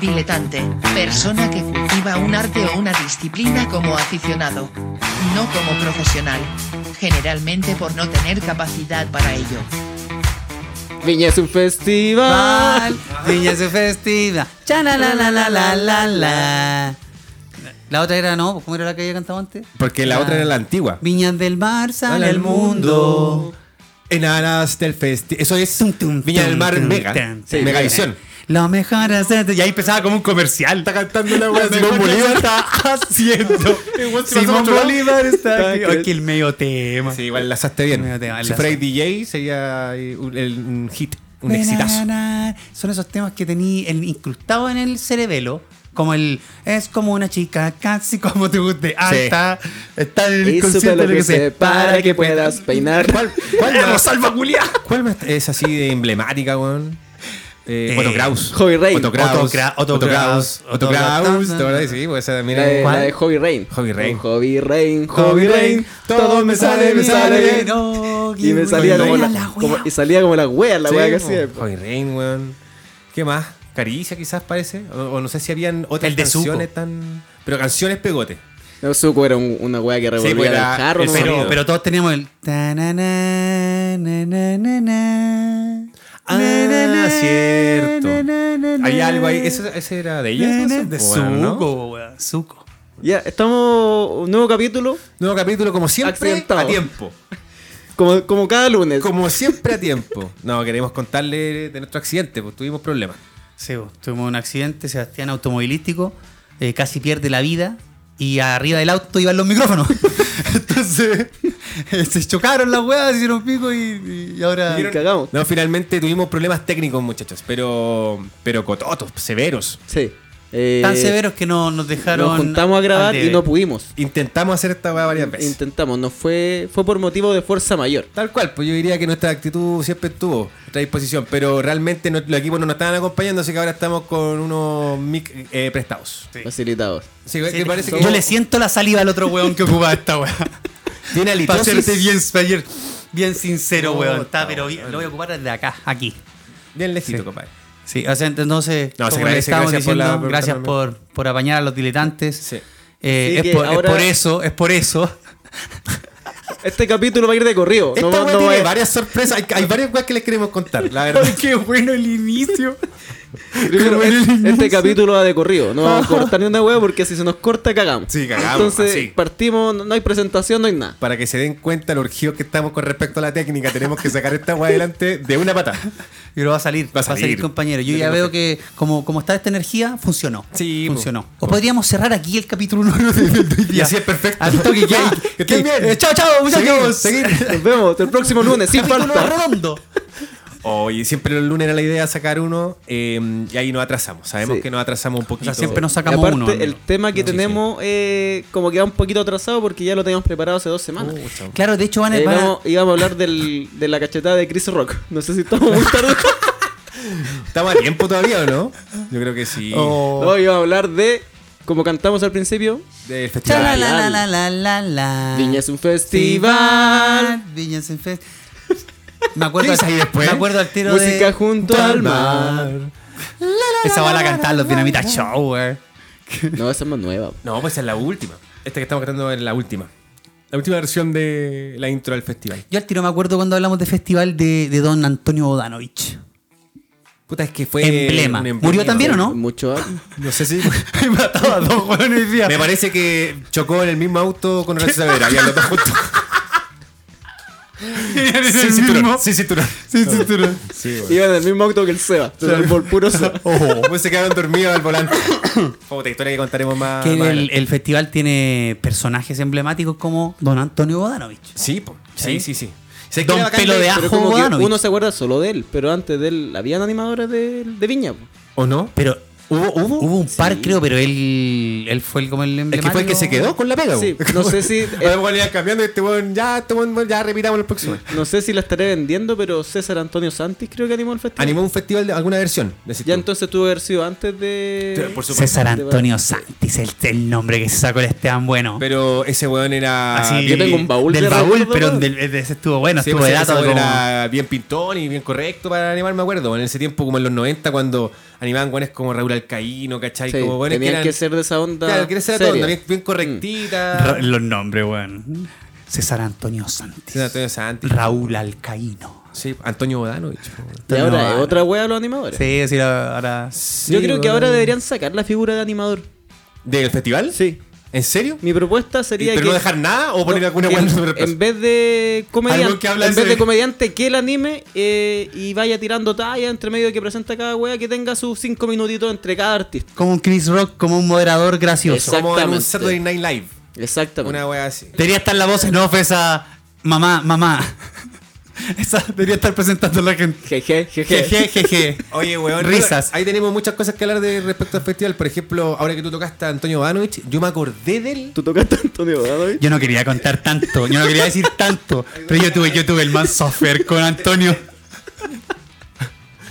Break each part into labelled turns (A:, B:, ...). A: Diletante, persona que cultiva un arte o una disciplina como aficionado. No como profesional. Generalmente por no tener capacidad para ello.
B: Viña es un festival.
C: Viña su festiva. Cha la la la la la la la. La otra era no, ¿cómo era la que había cantado antes?
D: Porque la otra era la antigua.
C: Viñas del mar sale
D: Sale
C: al mundo.
D: En aras del festival. Eso es
C: Tum, tum,
D: Viña
C: tum,
D: del Mar
C: tum,
D: Mega.
C: tum,
D: Sí,
C: tum.
D: Mega Edición.
C: Lo mejor es esto. Y ahí empezaba como un comercial. Está
D: cantando la wea, Simón Bolívar.
C: está haciendo.
D: se pasó
C: Simón
D: mucho lado.
C: Bolívar está aquí.
D: Está aquí.
C: Aquí el medio tema.
D: Sí, igual la asaste bien.
C: Mira, te va,
D: Si
C: la
D: fuera
C: asaste.
D: DJ sería ahí un, el- un hit, un
C: Na, na,
D: exitazo.
C: na. Son esos temas que tenía el incrustado en el cerebelo. Como el. Es como una chica casi como te guste. Alta. Está en el
B: Y supe
C: inconsciente
B: lo
C: lo
B: que
C: que
B: se
C: sea.
B: para que puedas peinar.
D: ¿Cuál, cuál más, ¿Cuál más es así de emblemática, weón? Eh,
C: Eh,
D: Otto Kraus.
B: Joey Rey.
D: Otto Kraus.
C: Otto Kra- Otto
D: Otto
C: Kraus.
D: Kraus. Otto Kraus. ¿Te acuerdas? Sí, pues esa también
B: La de,
D: era-
B: la
C: ¿Cuál?
B: de Hobby Rain.
D: Hobby Rain.
B: Con Hobby Rain.
D: Hobby Rain, todo me sale, me sale bien.
C: Oh,
B: Y me
C: qué
B: salía
C: buena
B: como la,
C: la
B: como-
C: wea.
B: y salía como la wea, la
D: Sí,
B: wea que
D: po.
B: hacía. pues.
D: Joy Rain, weón. ¿Qué más? Caricia, quizás parece. O, o no sé si habían otras
C: El de Zuko.
D: canciones tan. Pero canciones pegote.
B: No, Zuko era un- una wea que revolvía
D: pues,
B: el
D: era
B: jarro.
D: el
B: ¿no?
D: sonido.
C: Pero, pero todos teníamos el. ta, na, na, na, na, na, na.
D: Ah,
C: Na, na, na,
D: cierto.
C: na, na, na, na.
D: Había algo ahí. ¿Ese, ese era de ella?
C: Na, na,
D: entonces?
C: De
D: Bueno, ¿no?
C: Zuko, weón. Zuko.
B: Ya, estamos. Un nuevo capítulo.
D: Nuevo capítulo, como siempre,
B: Accidentado.
D: a tiempo.
B: Como, como cada lunes.
D: Como siempre, a tiempo. No, queremos contarle de nuestro accidente, pues tuvimos problemas.
C: Sí, bo, tuvimos un accidente, Sebastián automovilístico, eh, casi pierde la vida y arriba del auto iban los micrófonos. Entonces, eh, se chocaron las weas, hicieron pico y, y ahora...
B: Y cagamos.
D: No, finalmente tuvimos problemas técnicos, muchachos, pero pero cototos, severos.
B: Sí. Eh,
C: Tan severos que no, nos dejaron...
B: Nos juntamos a
C: al
B: grabar y
C: debe.
B: no pudimos.
D: Intentamos hacer esta weá varias veces.
B: Intentamos, no fue. Fue por motivo de fuerza mayor.
D: Tal cual, pues yo diría que nuestra actitud siempre estuvo, nuestra disposición, pero realmente no- los equipos no nos estaban acompañando, así que ahora estamos con unos mic eh, prestados.
C: Sí.
B: Facilitados.
D: Así que- que parece
C: Yo
D: que
C: le siento la saliva al otro weón que ocupaba esta wea.
D: tiene
C: Para
D: halitosis.
C: serte bien, pa' ayer- bien sincero,
D: No,
C: weón. Está,
D: está
C: pero
D: bueno.
C: lo voy a ocupar desde acá, aquí.
D: Bien lejito,
C: Sí.
D: compadre.
C: Sí, o sea, entonces,
D: No,
C: como
D: se
C: le
D: agradece,
C: estábamos
D: gracias por la-
C: diciendo,
D: por
C: gracias
D: también.
C: por, por apañar a los diletantes.
D: Sí.
C: Eh,
B: Sí,
C: es,
B: que
C: por, es
B: ahora-
C: por eso, es por eso.
B: Este capítulo va a ir de corrido.
D: Esta
B: No,
D: weá
B: no
D: Este tiene
B: va a-
D: varias sorpresas, hay, hay varias weas que les queremos contar, la verdad.
C: qué bueno el inicio.
B: Primero,
C: Como en el
B: este-
C: inicio.
B: este capítulo va de corrido. No vamos a cortar ni una hueá porque si se nos corta, cagamos.
D: Sí, cagamos,
B: Entonces,
D: así.
B: partimos, no, no hay presentación, no hay nada.
D: Para que se den cuenta lo urgidos que estamos con respecto a la técnica, tenemos que sacar esta weá adelante de una pata.
C: Y lo va a salir, va a salir,
D: salir.
C: compañero. Yo
D: Yo
C: ya
D: tengo
C: veo que como, como está esta energía, funcionó.
D: Sí, po.
C: funcionó. O podríamos cerrar aquí el capítulo 1
D: Y así es perfecto.
C: Al toque, ya.
D: Que estén bien.
C: Eh, chao, chao, muchachos.
D: Seguir, seguir.
B: Nos vemos el próximo lunes, sin
C: Capítulo
B: falta.
C: redondo.
D: Oye, siempre los lunes era la idea sacar uno eh, y ahí nos atrasamos. Sabemos
B: Sí.
D: que nos atrasamos un poquito.
C: siempre nos
B: Y
C: sacamos
B: aparte,
C: uno. amigo.
B: el tema que tenemos eh, como que va un poquito atrasado porque ya lo teníamos preparado hace dos semanas.
D: Pucha.
C: Claro, de hecho van Uh, a...
B: Eh,
C: van a-
B: íbamos, íbamos a hablar del- de la cachetada de Chris Rock. No sé si estamos muy tarde.
D: ¿Estamos a tiempo todavía o no? Yo creo que sí.
C: Oh.
B: Hoy íbamos a hablar de, como cantamos al principio,
D: Del
C: Cha
D: festival.
C: la la la la la la.
B: Viña es un festival.
C: festival. Viña es un fest- Me acuerdo,
D: ¿Qué hice ahí después?
C: me acuerdo al tiro
B: Música
C: de...
B: junto al mar.
C: Esa va a cantar los Dinamita Show, güey.
B: No, esa es más nueva.
D: No, pues es la última. Esta que estamos cantando es la última. La última versión de la intro del festival.
C: Yo al tiro me acuerdo cuando hablamos de festival de, de don Antonio Bodanovich.
D: Puta, es que fue.
C: Emblema.
D: un
C: ¿Murió también o no?
B: Mucho.
D: No sé si.
C: Y mataba a dos jóvenes días.
D: Me parece que chocó en el mismo auto con Horacio Saavedra. Habían los dos juntos. Sin cinturón. Sin cinturón.
C: Sí, sí, tú no.
D: Sí, güey.
B: Iba en el mismo auto que el Seba. Se salvó el puro Seba.
D: Pues se quedaron dormidos al volante. Fue otra historia que contaremos más.
C: Que
D: más
C: el,
D: adelante.
C: el festival tiene personajes emblemáticos como don Antonio Bodanovich.
D: Sí, po. sí, sí, sí. Se
C: Don Pelo de
B: Pero
C: Ajo
B: como que
C: Bodanovich.
B: uno se acuerda solo de él. Pero antes de él, habían animadores de, de Viña. po.
D: ¿O no?
C: Pero
D: ¿Hubo? ¿Hubo?
C: Hubo un par, creo, pero él, él fue el, como el
D: Es que fue el que se quedó con la pega.
B: Sí,
D: po.
B: no sé si-
D: A ver, bueno, ya cambiando este weón, ya, este weón, ya repitamos el próximo.
B: No sé si la estaré vendiendo, pero César Antonio Santis creo que animó el festival.
D: Animó un festival de alguna versión. decís
B: Ya
D: tú.
B: entonces tuvo que haber sido antes de.
D: Por supuesto.
C: César Antonio Santis, el, el nombre que se sacó el Esteban Bueno.
D: Pero ese weón era.
C: Así,
B: yo tengo un baúl
C: del
B: de
C: baúl,
B: recuerdos,
C: pero
B: ¿no?
C: del- eh, de ese estuvo bueno,
D: Sí,
C: estuvo
D: pues,
C: de
D: ese
C: datos.
D: weón
C: como-
D: era bien pintón y bien correcto para animar, me acuerdo. En ese tiempo, como en los 90, cuando animaban weones como Raúl Alcaíno, ¿cachai?
B: Sí,
D: como weones
B: tenían
D: eran-
B: que ser Mm. de esa onda.
D: Claro, que ser
B: seria.
D: todo, bien, bien correctita.
C: Ra- Los nombres, weón. César Antonio Santis.
D: César Antonio Santis.
C: Raúl Alcaíno.
D: Sí, Antonio Bodanovich. po.
B: Y ahora
C: No,
B: es otra wea los animadores.
C: Sí, sí, la- ahora.
B: Yo creo que ahora deberían sacar la figura de animador.
D: ¿Del festival?
B: Sí.
D: ¿En serio?
B: Mi propuesta
D: ¿Y-
B: sería
D: ¿Pero
B: que.
D: no dejar nada o
B: no,
D: poner alguna
B: que
D: weón
B: en-
D: sobre el
B: en vez de
D: Algo que
B: comediante,
D: habla
B: en vez
D: ese-
B: de comediante que el anime eh, y vaya tirando talla entre medio de que presenta cada wea que tenga sus cinco minutitos entre cada artista.
C: Como un Chris Rock, como un moderador gracioso.
B: Exacto.
D: Como en un
B: exactamente.
D: Saturday Night Live.
B: Exactamente.
D: Una wea así.
C: Debería estar la voz en off esa. Mamá, mamá. Esa debería estar presentando a la gente.
B: Jeje, jeje.
C: Jeje, jeje.
D: Oye, weón.
C: Risas.
D: bueno, ahí tenemos muchas cosas que hablar de respecto al festival. Por ejemplo, ahora que tú tocaste a Antonio Bodanovich, yo me acordé de él.
B: ¿Tú tocas tanto, ¿eh? David?
C: Yo no quería contar tanto, yo no quería decir tanto, pero yo tuve, yo tuve el man software con Antonio.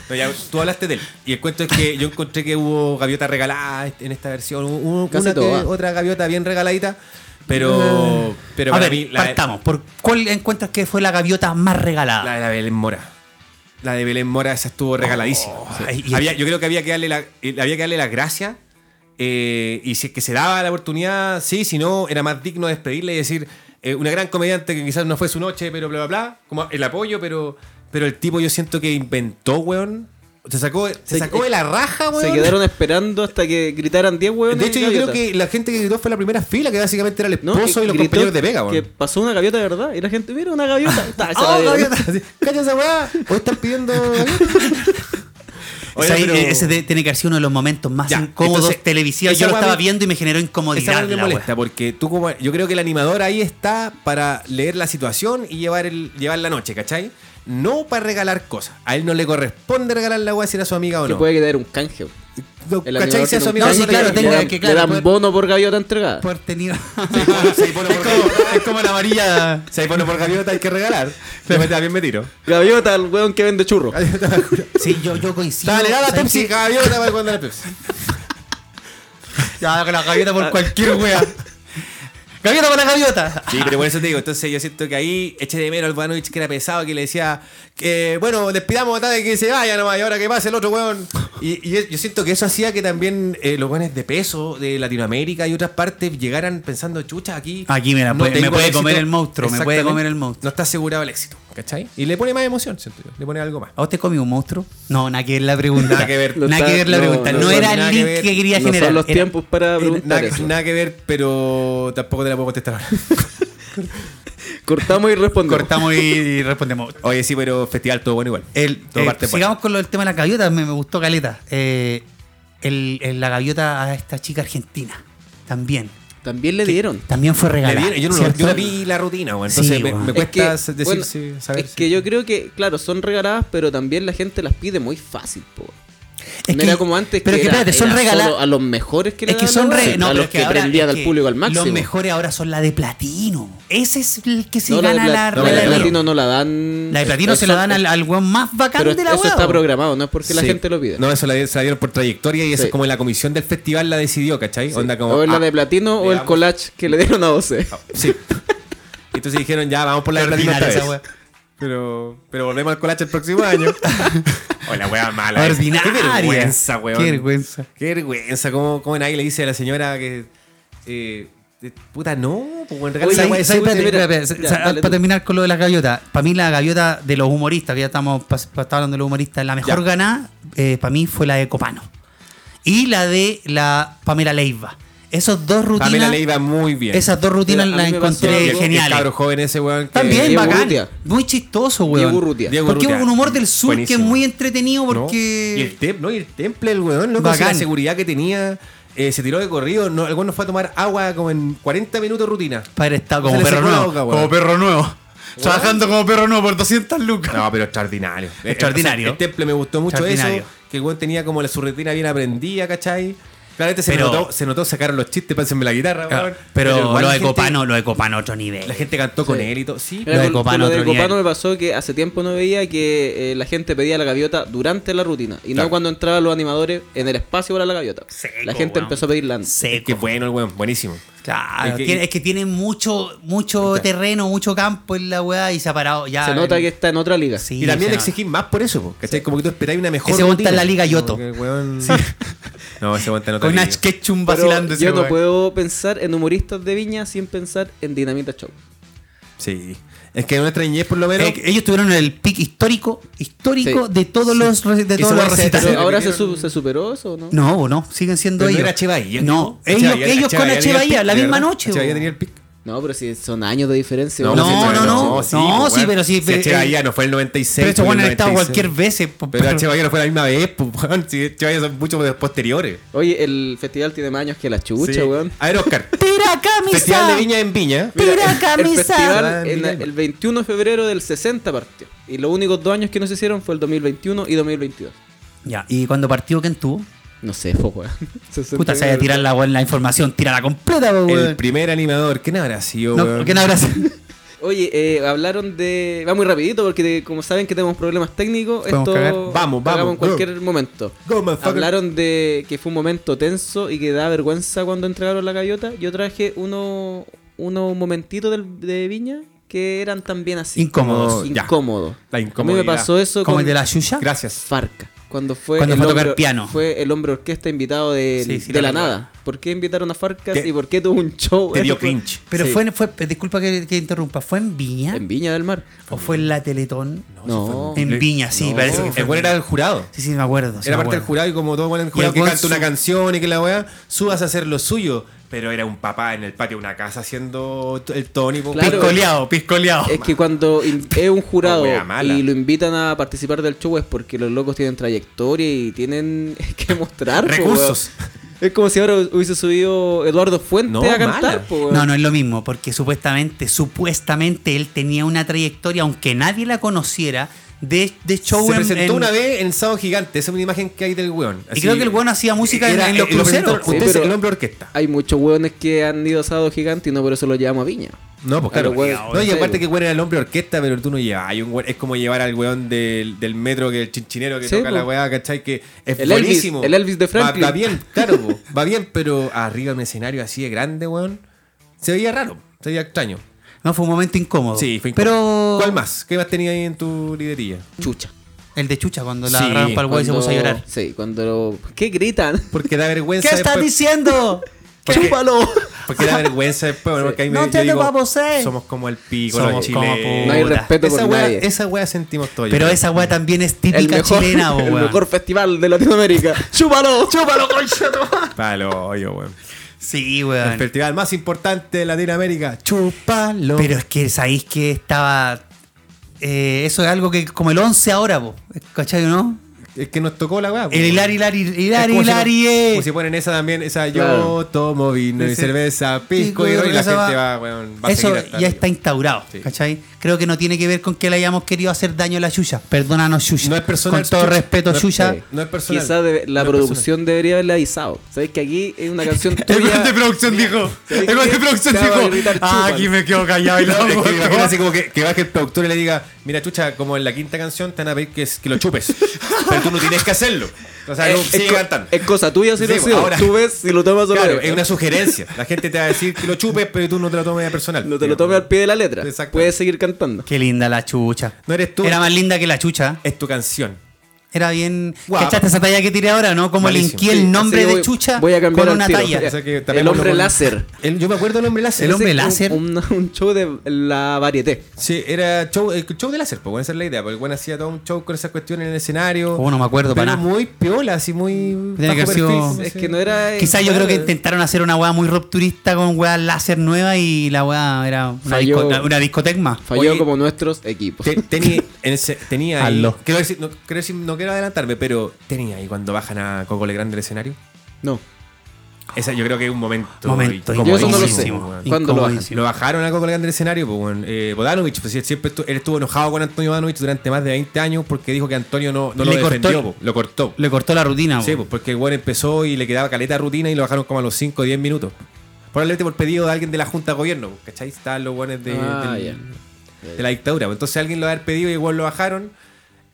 D: No, ya, tú hablaste de él. Y el cuento es que yo encontré que hubo gaviota regalada en esta versión. Hubo
B: Casi
D: una que
B: todas.
D: otra gaviota bien regaladita. Pero, pero
C: a
D: para
C: ver,
D: mí, la,
C: partamos. ¿Por cuál encuentras que fue la gaviota más regalada?
D: la de la Belén Mora. La de Belén Mora, esa estuvo regaladísima.
C: Oh,
D: Sí.
C: ay, y-
D: Había- yo creo que había que darle la, eh, había que darle las gracias. eh, y si es que se daba la oportunidad, sí, si no, era más digno despedirle y decir, eh, una gran comediante que quizás no fue su noche, pero bla, bla, bla, como el apoyo, pero, pero el tipo yo siento que inventó, weón. Se sacó, se
B: Se-
D: sacó de la raja, weón.
B: Se quedaron esperando hasta que gritaran 10 huevos.
D: De hecho, yo creo que la gente que gritó fue la primera fila, que básicamente era el esposo y los compañeros de Vega,
B: Que
D: weón.
B: pasó una gaviota de verdad. Y la gente, mira, una gaviota. Ta,
C: Ah,
B: esa
D: ¡Oh,
B: la vieron.
D: gaviota! Así, ¡Cacha esa weá! Hoy están pidiendo. gaviota. Oye,
C: Ese ahí- eh,
D: pero-
C: Ese de- tiene que haber sido uno de los momentos más
D: Ya,
C: incómodos
D: entonces, eh,
C: televisivos.
D: esa
C: Yo lo
D: weá
C: estaba
D: me-
C: viendo y me generó
D: Esa
C: incomodidad.
D: parte me
C: la weá.
D: molesta, porque tú como. Yo creo que el animador ahí está para leer la situación y llevar, el, llevar la noche, ¿cachai? No para regalar cosas. A él no le corresponde regalar la weá si era su amiga o
B: Que
D: no.
B: puede quedar un canje. weón.
D: No,
B: El animador
D: ¿Cachai? Si era
B: tiene
D: su
B: un
D: amiga
C: No, sí,
B: canje,
C: claro,
B: le
C: tenga
B: dan-
C: que, claro,
B: Le dan
C: poder-
B: bono por gaviota entregada.
C: Por tenido-
D: Sí, bueno, sí, bueno,
C: es,
D: por-
C: como, es como la amarilla.
D: Si hay bono por gaviota hay que regalar. Me mete- También me tiro.
B: Gaviota, el weón que vende churro.
C: Sí, yo, yo coincido.
D: Dale, dale,
C: ¿sabes
D: Pepsi,
C: qué?
D: gaviota para cuando la Pepsi.
C: Ya, con la gaviota
D: Ah.
C: por cualquier wea. Gaviota por la gaviota.
D: Sí, pero por eso te digo, entonces yo siento que ahí eché de menos al Bodanovich que era pesado, que le decía, que, bueno, despidamos a tal de que se vaya nomás y ahora que pase el otro weón. Y, y es- yo siento que eso hacía que también eh, los weones de peso de Latinoamérica y otras partes llegaran pensando, chucha, aquí.
C: Aquí, mira, puede- me
D: tengo
C: puede comer el monstruo, me puede
D: Exactamente.
C: comer el monstruo.
D: No está asegurado el éxito, ¿cachai? Y le pone más emoción, siento yo, le pone algo más.
C: ¿A usted comió un monstruo? No, nada que ver la pregunta.
D: Nada que ver.
C: Nada
B: No
C: que
B: está-
C: ver la
B: no,
C: pregunta.
B: no
C: No,
D: son
C: era
D: nada
C: el
D: que
C: link
D: ver.
C: que quería
B: No
C: generar.
B: son los
C: era-
B: tiempos para preguntar
D: Eh, Nada,
B: eso.
D: nada que ver, pero tampoco te la puedo contestar ahora.
B: Cortamos y respondemos.
C: Cortamos y, y respondemos.
D: Oye, sí, pero festival todo bueno igual.
C: El,
D: Todo
C: eh,
D: parte buena.
C: sigamos con lo del tema de la gaviota, me, me gustó Caleta. Eh, el- el- la gaviota a esta chica argentina, también.
B: También le dieron.
C: También fue
D: Me
C: regalada.
D: dieron- yo no lo-
C: ¿cierto?
D: yo no vi la rutina, weón. Entonces
C: Sí,
D: me,
C: weón.
D: me
C: Es
D: cuesta
B: es que,
D: decir
B: bueno,
D: si- saber.
B: es
D: si-
B: que yo creo que, claro, son regaladas, pero también la gente las pide muy fácil, po.
C: Es
B: no
C: que-
B: era como antes
C: pero
B: que
C: que
B: era-
C: espérate, son
B: era
C: regala-
B: solo a los mejores que le
C: Es que
B: daban
C: son
B: la
C: re-
B: bolsa,
C: no,
B: a
C: pero
B: los
C: es
B: que,
C: ahora-
B: prendían al
C: es que
B: público al máximo.
C: Los mejores ahora son la de platino. Ese es el que se
B: No, la de,
C: gana
B: pla-
C: la
B: no, la de
C: regala.
B: platino no la dan.
C: La de platino
B: Eso-
C: se la dan al, al weón más bacán
B: Pero
C: de la
B: eso
C: weá,
B: está
C: weón.
B: programado, no es porque la
D: Sí.
B: gente lo pide.
D: No, eso la, di- se la dieron por trayectoria y eso
B: Sí.
D: es como la comisión del festival la decidió, ¿cachai? Onda como.
B: o es la
D: ah,
B: de platino o el
D: digamos.
B: collage que le dieron a 12.
D: Sí. Entonces dijeron, ya, vamos por la de
C: Qué
D: platino esta
C: ordinaria esa
D: vez.
C: weá.
D: Pero, pero volvemos al colache el próximo año. o la wea mala. eh.
C: Ordinaria.
D: Qué vergüenza, weón.
C: Qué vergüenza.
D: Qué vergüenza. Como, como nadie le dice a la señora que. eh, eh, puta, no. Pues, weón, regálale
C: Oye,
D: la
C: ¿sabes-
D: wea
C: ¿sabes?
D: esa-
C: Espérate,
B: mira,
C: espérate,
B: ya,
C: sa-
B: dale
C: para
B: tú.
C: terminar con lo de las gaviotas, para mí la gaviota de los humoristas, que ya estamos pas- pas- estaba hablando de los humoristas, la mejor
D: Ya.
C: ganada para mí fue la de Copano. Y la de la Pamela Leiva. Esas dos rutinas,
D: Pamela le iba muy bien.
C: esas dos rutinas
B: Mira, a
C: las
B: mí me pasó
D: Y el-
C: encontré
D: el
C: geniales.
D: cabro joven ese, weón. que-
C: También,
B: Diego
C: bacán.
B: Urrutia.
C: Muy chistoso, weón.
B: Diego Urrutia.
D: Diego
C: Porque
D: Urrutia.
C: un humor del sur que
D: Buenísimo.
C: es muy entretenido porque...
D: ¿No? Y el tem- no, y el temple, el weón, loco, si la
C: Bacán.
D: seguridad que tenía. eh, se tiró de corrido, no, el weón no fue a tomar agua como en 40 minutos rutina.
C: Padre está
D: Se
C: como
D: le
C: perro
D: secó la
C: nuevo.
D: boca, weón.
C: como perro nuevo. Trabajando como perro nuevo por 200 lucas.
D: No, pero extraordinario. Eh,
C: Extraordinario.
D: o sea, El temple me gustó mucho eso.
C: Extraordinario.
D: que el weón tenía como la, su retina bien aprendida, ¿cachai? Claramente se,
C: Pero-
D: notó, se notó, sacaron los chistes, pásenme la guitarra, weón.
C: Claro, pero
D: igual
C: lo
D: la
C: de
D: gente-
C: Copano, lo de Copano a otro nivel.
D: La gente cantó con
B: Sí.
D: él y todo. Sí,
C: Era-
D: pero
C: de
B: Con- con
C: Copano,
B: lo de
C: otro nivel.
B: Copano me pasó que hace tiempo no veía que eh, la gente pedía la gaviota durante la rutina y
D: Claro.
B: no cuando entraban los animadores en el espacio para la gaviota.
C: Seco,
B: la gente
C: weón.
B: empezó a pedirla antes.
D: es que
C: Seco.
D: bueno el weón, buenísimo.
C: Claro,
D: Es que-
C: tiene- es que tiene mucho, mucho
D: Claro.
C: terreno, mucho campo en la weá y se ha parado ya.
B: Se nota que está en otra liga.
C: Sí,
D: y también
C: se nota.
D: le exigís más por eso, po, ¿cachai? Como que tú esperáis una mejor.
C: Ese weón está en
D: rutina.
C: la Liga Yoto.
D: Como que el weón- No, ese weón está en otra
C: Con
D: liga.
C: Nach Ketchum
B: Pero
C: vacilando ese
B: yo no
C: weón.
B: puedo pensar en humoristas de Viña sin pensar en Dinamita Show.
D: Sí. Es que en nuestra niñez, por lo menos.
C: Eh, ellos tuvieron el pick histórico, histórico
B: Sí.
C: de todos los re- de
D: Que
C: todos
D: se
C: los
D: parece a
C: recitales.
B: Pero
D: Pero
B: ahora se,
D: vieron-
B: su- se superó eso, o ¿no?
C: No, bo, no, siguen siendo
D: pero no
C: ellos.
D: era Echevarría,
C: No,
D: tipo.
C: ellos,
D: Echevarría-
C: ellos con
D: tenía el
C: Echevarría,
D: pic,
C: la
D: de
C: misma
D: verdad.
C: noche.
D: Echevarría
C: bo.
D: tenía el pic.
B: No, pero si son años de diferencia.
C: No,
B: weón.
C: no,
D: Echevarría
C: no, no, sí,
D: weón.
C: pero sí,
D: Si
C: pero-
D: Echevarría no fue el 96.
C: Pero estos
D: fue el
C: buenos han estado
D: 96.
C: cualquier vez. po,
D: Pero
C: pero-
D: Echevarría no fue la misma vez, pues, weón. Si Echevarría son muchos de- posteriores.
B: Oye, el festival tiene más años que la chucha,
D: Sí.
B: weón.
D: A ver, Oscar.
C: Tira camisa.
D: Festival de Viña en Viña.
C: Tira
B: Mira, el- El
C: camisa.
B: festival
D: Ah,
B: en
D: mira.
B: el, 21 de febrero del 60 partió. Y los únicos dos años que no se hicieron fue el 2021 y 2022.
C: Ya, y cuando partió, ¿quién tuvo?
B: No sé, fue weón.
C: Puta, se vaya a tirar la, weón, la información, tírala completa, bo,
D: El
C: weón.
D: primer animador. ¿Quién habrá sido,
C: No,
D: weón?
C: ¿Quién habrá
B: Oye, eh, hablaron de. Va muy rapidito porque te- como saben que tenemos problemas técnicos,
C: Podemos
B: esto
C: cagar.
D: Vamos,
B: cagamos
D: vamos,
B: en cualquier momento.
D: Go, motherfucker.
B: Hablaron de que fue un momento tenso y que da vergüenza cuando entregaron la gaviota. Yo traje uno, unos momentitos del- de Viña que eran también así.
C: Incómodos,
D: ya.
B: Incómodos.
D: La
B: A mí
D: incomodidad.
B: me pasó eso
C: ¿Como
B: con
C: el de la Yuya?
D: Gracias.
B: Farca. Cuando fue,
C: Cuando fue a tocar
B: hombre-
C: piano.
B: Fue el hombre orquesta invitado de,
C: Sí, sí,
B: de
C: la
B: la
C: recuerdo.
B: nada. ¿Por qué invitaron a Farcas
D: Te-
B: y por qué tuvo un show?
D: Te
C: Este
D: dio
B: Eso fue
D: cringe.
C: Pero
B: Sí.
C: fue, fue, disculpa que, que interrumpa, ¿fue en Viña?
B: En Viña del Mar.
C: ¿O fue en la Teletón?
B: No.
C: En Viña, sí,
B: No.
C: parece que fue.
D: El buen era el jurado.
C: Sí, sí, me acuerdo. sí
D: era
C: me
D: parte del
C: acuerdo.
D: jurado y como todo buen jurado
C: el
D: que
C: buen
D: canta una
C: su-
D: canción y que la weá, subas a hacer lo suyo. Pero era un papá en el patio de una casa haciendo t- el Tony. po,
B: Claro.
D: weón.
C: Piscoleado, piscoleado.
B: Es que cuando in- es un jurado
D: Una wea mala.
B: y lo invitan a participar del show es porque los locos tienen trayectoria y tienen que mostrar. po,
D: Recursos.
B: weón. es como si ahora hubiese subido Eduardo Fuente
D: No,
B: a cantar.
D: mala.
B: po, weón.
C: No, no es lo mismo, porque supuestamente, supuestamente él tenía una trayectoria, aunque nadie la conociera, de, de show
D: Se
C: en-
D: presentó
C: en-
D: una vez en Sábado Gigante. Esa es una imagen que hay del weón.
C: Y creo que el weón hacía música en- en los
D: eh, lo presentó-
C: cruceros.
B: Sí,
D: Usted es
B: pero-
D: el hombre orquesta.
B: Hay muchos hueones que han ido a Sábado Gigante y no por eso lo llevamos a Viña.
D: No, pues
B: Claro,
D: claro.
B: weón.
D: no, y
B: Sí,
D: aparte
B: weón.
D: que el weón era el hombre orquesta, pero tú no llevas. Hay un weón- es como llevar al weón del, del metro, que el chinchinero que
B: Sí,
D: toca
B: po.
D: la weá, ¿cachai? Que es
B: El Elvis,
D: buenísimo.
B: el Elvis de Franklin.
D: Va, va bien, claro, po. va bien, pero arriba en un escenario así de grande, weón, se veía raro, se veía extraño.
C: No, fue un momento incómodo.
D: Sí, fue
C: Pero
D: incómodo. ¿Cuál más? ¿Qué más tenía ahí en tu lidería?
B: Chucha.
C: El de Chucha, cuando la
D: Sí,
C: agarraron para el weón y se
B: Cuando-
C: puso a llorar.
B: Sí, cuando... lo- ¿Qué gritan?
D: Porque da vergüenza.
C: ¿Qué estás
D: después-
C: diciendo?
D: Porque-
C: ¡Chúpalo!
D: Porque da vergüenza después, bueno, porque ahí me-
C: No
D: yo
C: te
D: digo,
C: lo vamos a hacer.
D: Somos como el pico,
C: Somos
D: los
C: como
D: chilenos.
B: No hay
C: Puta.
B: respeto
D: esa
B: por
D: weá,
B: nadie.
D: esa weá sentimos todos. yo
C: Pero
D: creo.
C: esa weá también es
B: el
C: típica
B: mejor,
C: chilena, bo,
B: el
C: weón.
B: mejor festival de Latinoamérica. ¡Chúpalo! ¡Chúpalo,
D: Palo, hoyo, weón.
C: Sí,
D: El
C: weón.
D: festival más importante de Latinoamérica. Chúpalo.
C: Pero es que sabéis que estaba. eh, eso es algo que como el 11 ahora, po, ¿cachai, no?
D: Es que nos tocó la weá.
C: El
D: weón.
C: Hilari, Hilari,
D: Es
C: Hilari,
D: como si-
C: Hilari.
D: Como
C: eh.
D: si ponen esa también, esa
B: Claro.
D: yo tomo vino y
C: Ese-
D: cerveza, pisco y,
C: Pico,
D: ron, y la
C: esa
D: gente va, weón, va a
C: Eso
D: seguir hasta
C: ya
D: arriba.
C: está instaurado,
D: Sí.
C: ¿cachai? Creo que no tiene que ver con que le hayamos querido hacer daño a la Yuya. Perdónanos, Yuya.
D: No es personal,
C: Con todo
D: Yuya.
C: respeto,
D: No es-
C: Yuya.
D: sí. No es personal.
B: Quizás de- la
D: No es
B: producción debería haberle avisado. ¿Sabes que aquí es una canción tuya?
C: producción dijo.
B: ¿Sabes qué? Te va a gritar,
D: "Ah,
B: chúpalo.
C: quedo callado
D: No, es que imagina así como que, que baje el productor y le diga, mira chucha, como en la quinta canción te van a pedir que, es- que lo chupes. pero tú no tienes que hacerlo. O sea, no,
B: Eh, es,
D: sigue
B: co-
D: cantando.
B: es cosa tuya si
D: Sí, pues,
B: lo haces.
D: ahora-
B: Tú ves si lo tomas o no.
D: Claro, es una sugerencia. La gente te va a decir que lo chupes, pero tú no te lo tomes de personal.
B: No te lo tomes al pie de la letra.
D: Exacto.
B: Puedes seguir cantando.
C: Qué linda la Chucha.
D: No eres tú.
C: Era más linda que la Chucha.
D: Es tu canción.
C: Era bien.
D: Guapa.
C: ¿Cachaste esa talla que tiré ahora, no? Como
D: Malísimo.
C: linqué
B: Sí,
C: el nombre
B: así que
C: de
B: voy-
C: Chucha
B: voy a cambiar
C: con
B: al
C: una
B: tiro.
C: talla.
B: Ya.
D: O sea que
B: el
D: tapémoslo
B: hombre
D: con-
B: láser.
D: El- yo me acuerdo del hombre láser.
C: El hombre
B: Ese es
C: láser.
B: Un, un- un show de la varieté.
D: Sí, era show, el show de láser, pues bueno, esa es la idea, porque el buen hacía todo un show con esas cuestiones en el escenario.
C: Oh, no me acuerdo
D: pero
C: para nada.
D: muy piola, así muy
C: Tiene que haber sido- Sí.
B: Es que no era.
C: Quizás yo creo que intentaron hacer una weá muy rupturista con weá láser nueva y la weá era una,
B: Falló.
C: disco- una discoteca más.
B: Falló
D: Oye,
B: como nuestros equipos.
D: Te- tenía, en ese- tenía ahí-
C: Hazlo.
D: quiero decir, no, quiero decir- no quiero adelantarme, pero tenía ahí cuando bajan a Coco Legrand del escenario.
B: No.
D: Esa yo creo que es un momento.
C: Momento,
D: incómodo.
B: Yo eso no lo sé.
D: Incomodísimo, weón.
B: ¿Cuándo lo
D: Y lo bajaron a Coco Legrand del escenario, pues, weón. Eh, Bodanovich, pues él siempre estu- él estuvo enojado con Antonio Bodanovich durante más de 20 años porque dijo que Antonio no, no lo
C: Le cortó-
D: defendió, po. lo cortó.
C: Le cortó la rutina,
D: Sí,
C: po.
D: pues porque el weón empezó y le quedaba caleta de rutina y lo bajaron como a los 5 o 10 minutos. Probablemente por pedido de alguien de la Junta de Gobierno, po, ¿cachai? Estaban los weones de,
B: Ah,
D: del-
B: ya.
D: de la dictadura. po. Entonces alguien lo había pedido y el weón lo bajaron.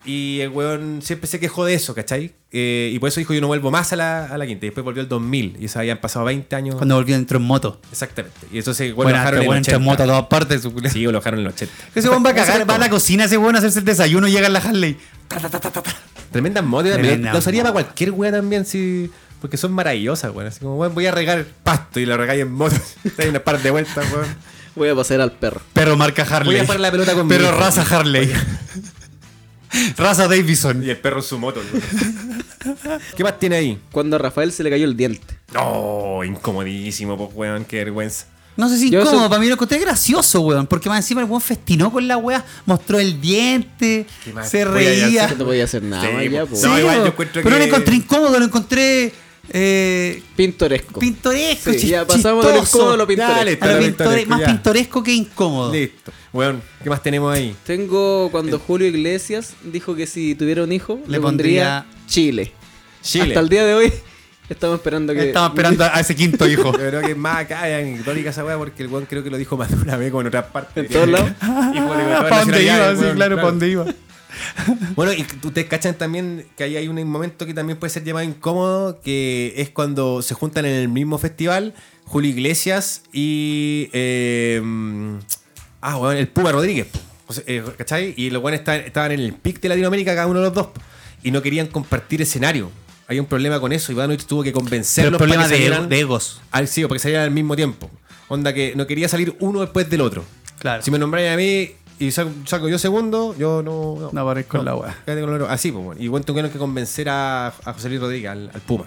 D: Y el weón siempre se quejó de eso, ¿cachai? Eh, y por eso dijo yo no vuelvo más a la, a la quinta. Y después volvió el 2000 y se habían pasado 20 años.
C: Cuando volvió entró en moto.
D: Exactamente. Y entonces el weón
C: Bueno,
D: lo bajaron
C: este
D: en
C: weón entra en
D: 80.
C: moto a todas partes. su culo.
D: Sí, lo bajaron en los 80.
C: Ese weón va a cagar,
D: Exacto.
C: va a la cocina ese weón a hacerse el desayuno, llega en la Harley. Ta, ta, ta, ta, ta, ta.
D: Tremenda moto también.
C: Tremenda
D: Lo usaría
C: moto.
D: para cualquier wea también, sí. Porque son maravillosas, weón. Así como, weón, voy a regar pasto y lo regáis en moto. Hay una par de vueltas, weón.
B: Voy a pasar al perro.
C: Perro marca Harley.
D: Voy a parar la pelota con mi
C: Perro
D: hijo.
C: raza Harley. raza Davidson.
D: Y el perro en su moto, weón. ¿Qué más tiene ahí?
B: Cuando a Rafael se le cayó el diente.
D: No, incomodísimo, pues, weón. Qué vergüenza.
C: No sé si
B: Yo
C: incómodo,
B: eso-
C: para mí lo encontré gracioso, weón. Porque más encima el weón festinó con la weá, mostró el diente,
D: Qué mal.
C: se
D: Voy a
C: reía.
D: hacer-
B: No podía hacer nada
D: Sí,
B: más ya, pues.
D: po.
B: po.
C: Sí,
D: No, igual yo
C: weón.
D: encuentro
C: Pero no lo
D: que-
C: encontré incómodo, lo encontré eh,
B: Pintoresco.
C: pintoresco,
B: Sí, ya
C: chis-
B: pasamos de lo
C: chistoso.
B: incómodo a lo pintoresco.
D: Dale,
C: A lo
D: Está
C: pintore-
D: pintoresco,
C: más
D: ya.
C: pintoresco que incómodo.
D: Listo. Weón, ¿qué más tenemos ahí?
B: Tengo cuando Julio Iglesias dijo que si tuviera un hijo,
C: Le
B: le, pondría, Chile.
D: Chile.
B: Hasta el día de hoy estamos esperando que.
C: Estaba esperando a ese quinto hijo.
D: Yo creo que es más acá es anecdótica esa weá porque el weón creo que lo dijo más de una vez como en otras partes.
B: En todos lados.
D: Y como de todas las
C: ¿Para dónde iba?
D: nacionalidades,
C: Sí,
D: weón,
C: claro, ¿para dónde iba?
D: Bueno, y ustedes cachan también que ahí hay un momento que también puede ser llamado incómodo, que es cuando se juntan en el mismo festival Julio Iglesias y. eh, ah, bueno, el Puma Rodríguez. po. O sea, eh, ¿Cachai? Y los buenos estaban, estaban en el pic de Latinoamérica, cada uno de los dos, po, y no querían compartir escenario. Hay un problema con eso. Ivanovich tuvo que
C: Pero
D: convencerlos
C: el problema
D: para que
C: de,
D: salieran-
C: de egos.
D: al sí, porque salían al mismo tiempo. Onda que no quería salir uno después del otro.
C: Claro.
D: Si me nombráis a mí y saco, saco yo segundo, yo no.
C: No aparezco en la weá.
D: Quédate con lo otro. Así, pues, bueno. Y bueno, tuvieron que convencer a, a José Luis Rodríguez, al, al Puma.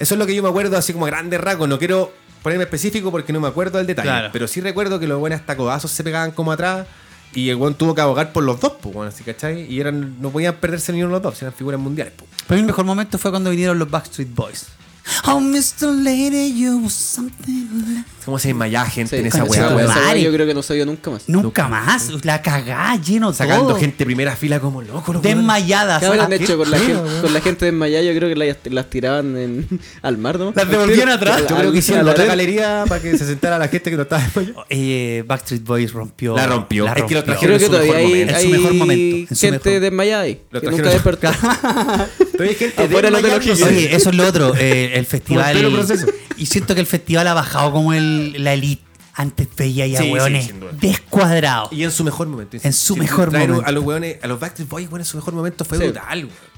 D: Eso es lo que yo me acuerdo, así como a grandes rasgos. No quiero ponerme específico porque no me acuerdo del detalle.
C: Claro.
D: Pero sí recuerdo que los buenos hasta codazos se pegaban como atrás. Y el buen tuvo que abogar por los dos, pues, bueno, así, ¿cachai? Y eran, no podían perderse ni uno de los dos, eran figuras mundiales, pues.
C: Para mí el mejor momento fue cuando vinieron los Backstreet Boys. Oh, Mr. Lady, you was something. like-
D: ¿Cómo se desmayaba gente
B: Sí,
D: en esa
B: con
D: weá,
B: esa
D: weón?
B: weá, esa weá
C: Mari.
B: Yo creo que no se vio nunca más.
C: Nunca más. La cagá, lleno
D: Sacando
C: todo.
D: gente primera fila como loco, los weones.
C: Desmayadas.
B: ¿Qué habrán
C: Ah,
B: hecho con la,
D: feo,
B: gente, con la gente desmayada? Yo creo que las, las tiraban en, al mar, ¿no?
C: Las devolvían atrás.
D: Yo creo que hicieron
B: la
D: otra galería para que se sentara la gente que no estaba desmayada.
C: Eh, Backstreet Boys rompió.
D: La rompió. Es que lo
B: Creo
D: trajeron en
B: que
D: su mejor
B: todavía hay,
D: momento.
C: En su
B: hay
C: mejor momento, en su
B: gente
C: mejor-
B: desmayada ahí.
D: Lo
B: Que
D: trajeron-
B: nunca despertó.
D: Todavía hay gente
B: Afuera no te lo
D: desmayándose.
B: quise.
C: Oye, eso es lo otro. eh, el festival.
D: Como el pelo proceso.
C: Y siento que el festival ha bajado como el, la elite. Antes veía ya
D: Sí, sí,
C: hueones
D: sin duda.
C: descuadrados.
D: Y en su mejor momento.
C: En su mejor
D: traer
C: momento.
D: A los weones, a los Backstreet Boys, weón, en su mejor momento fue
B: Sí.
D: brutal, weón.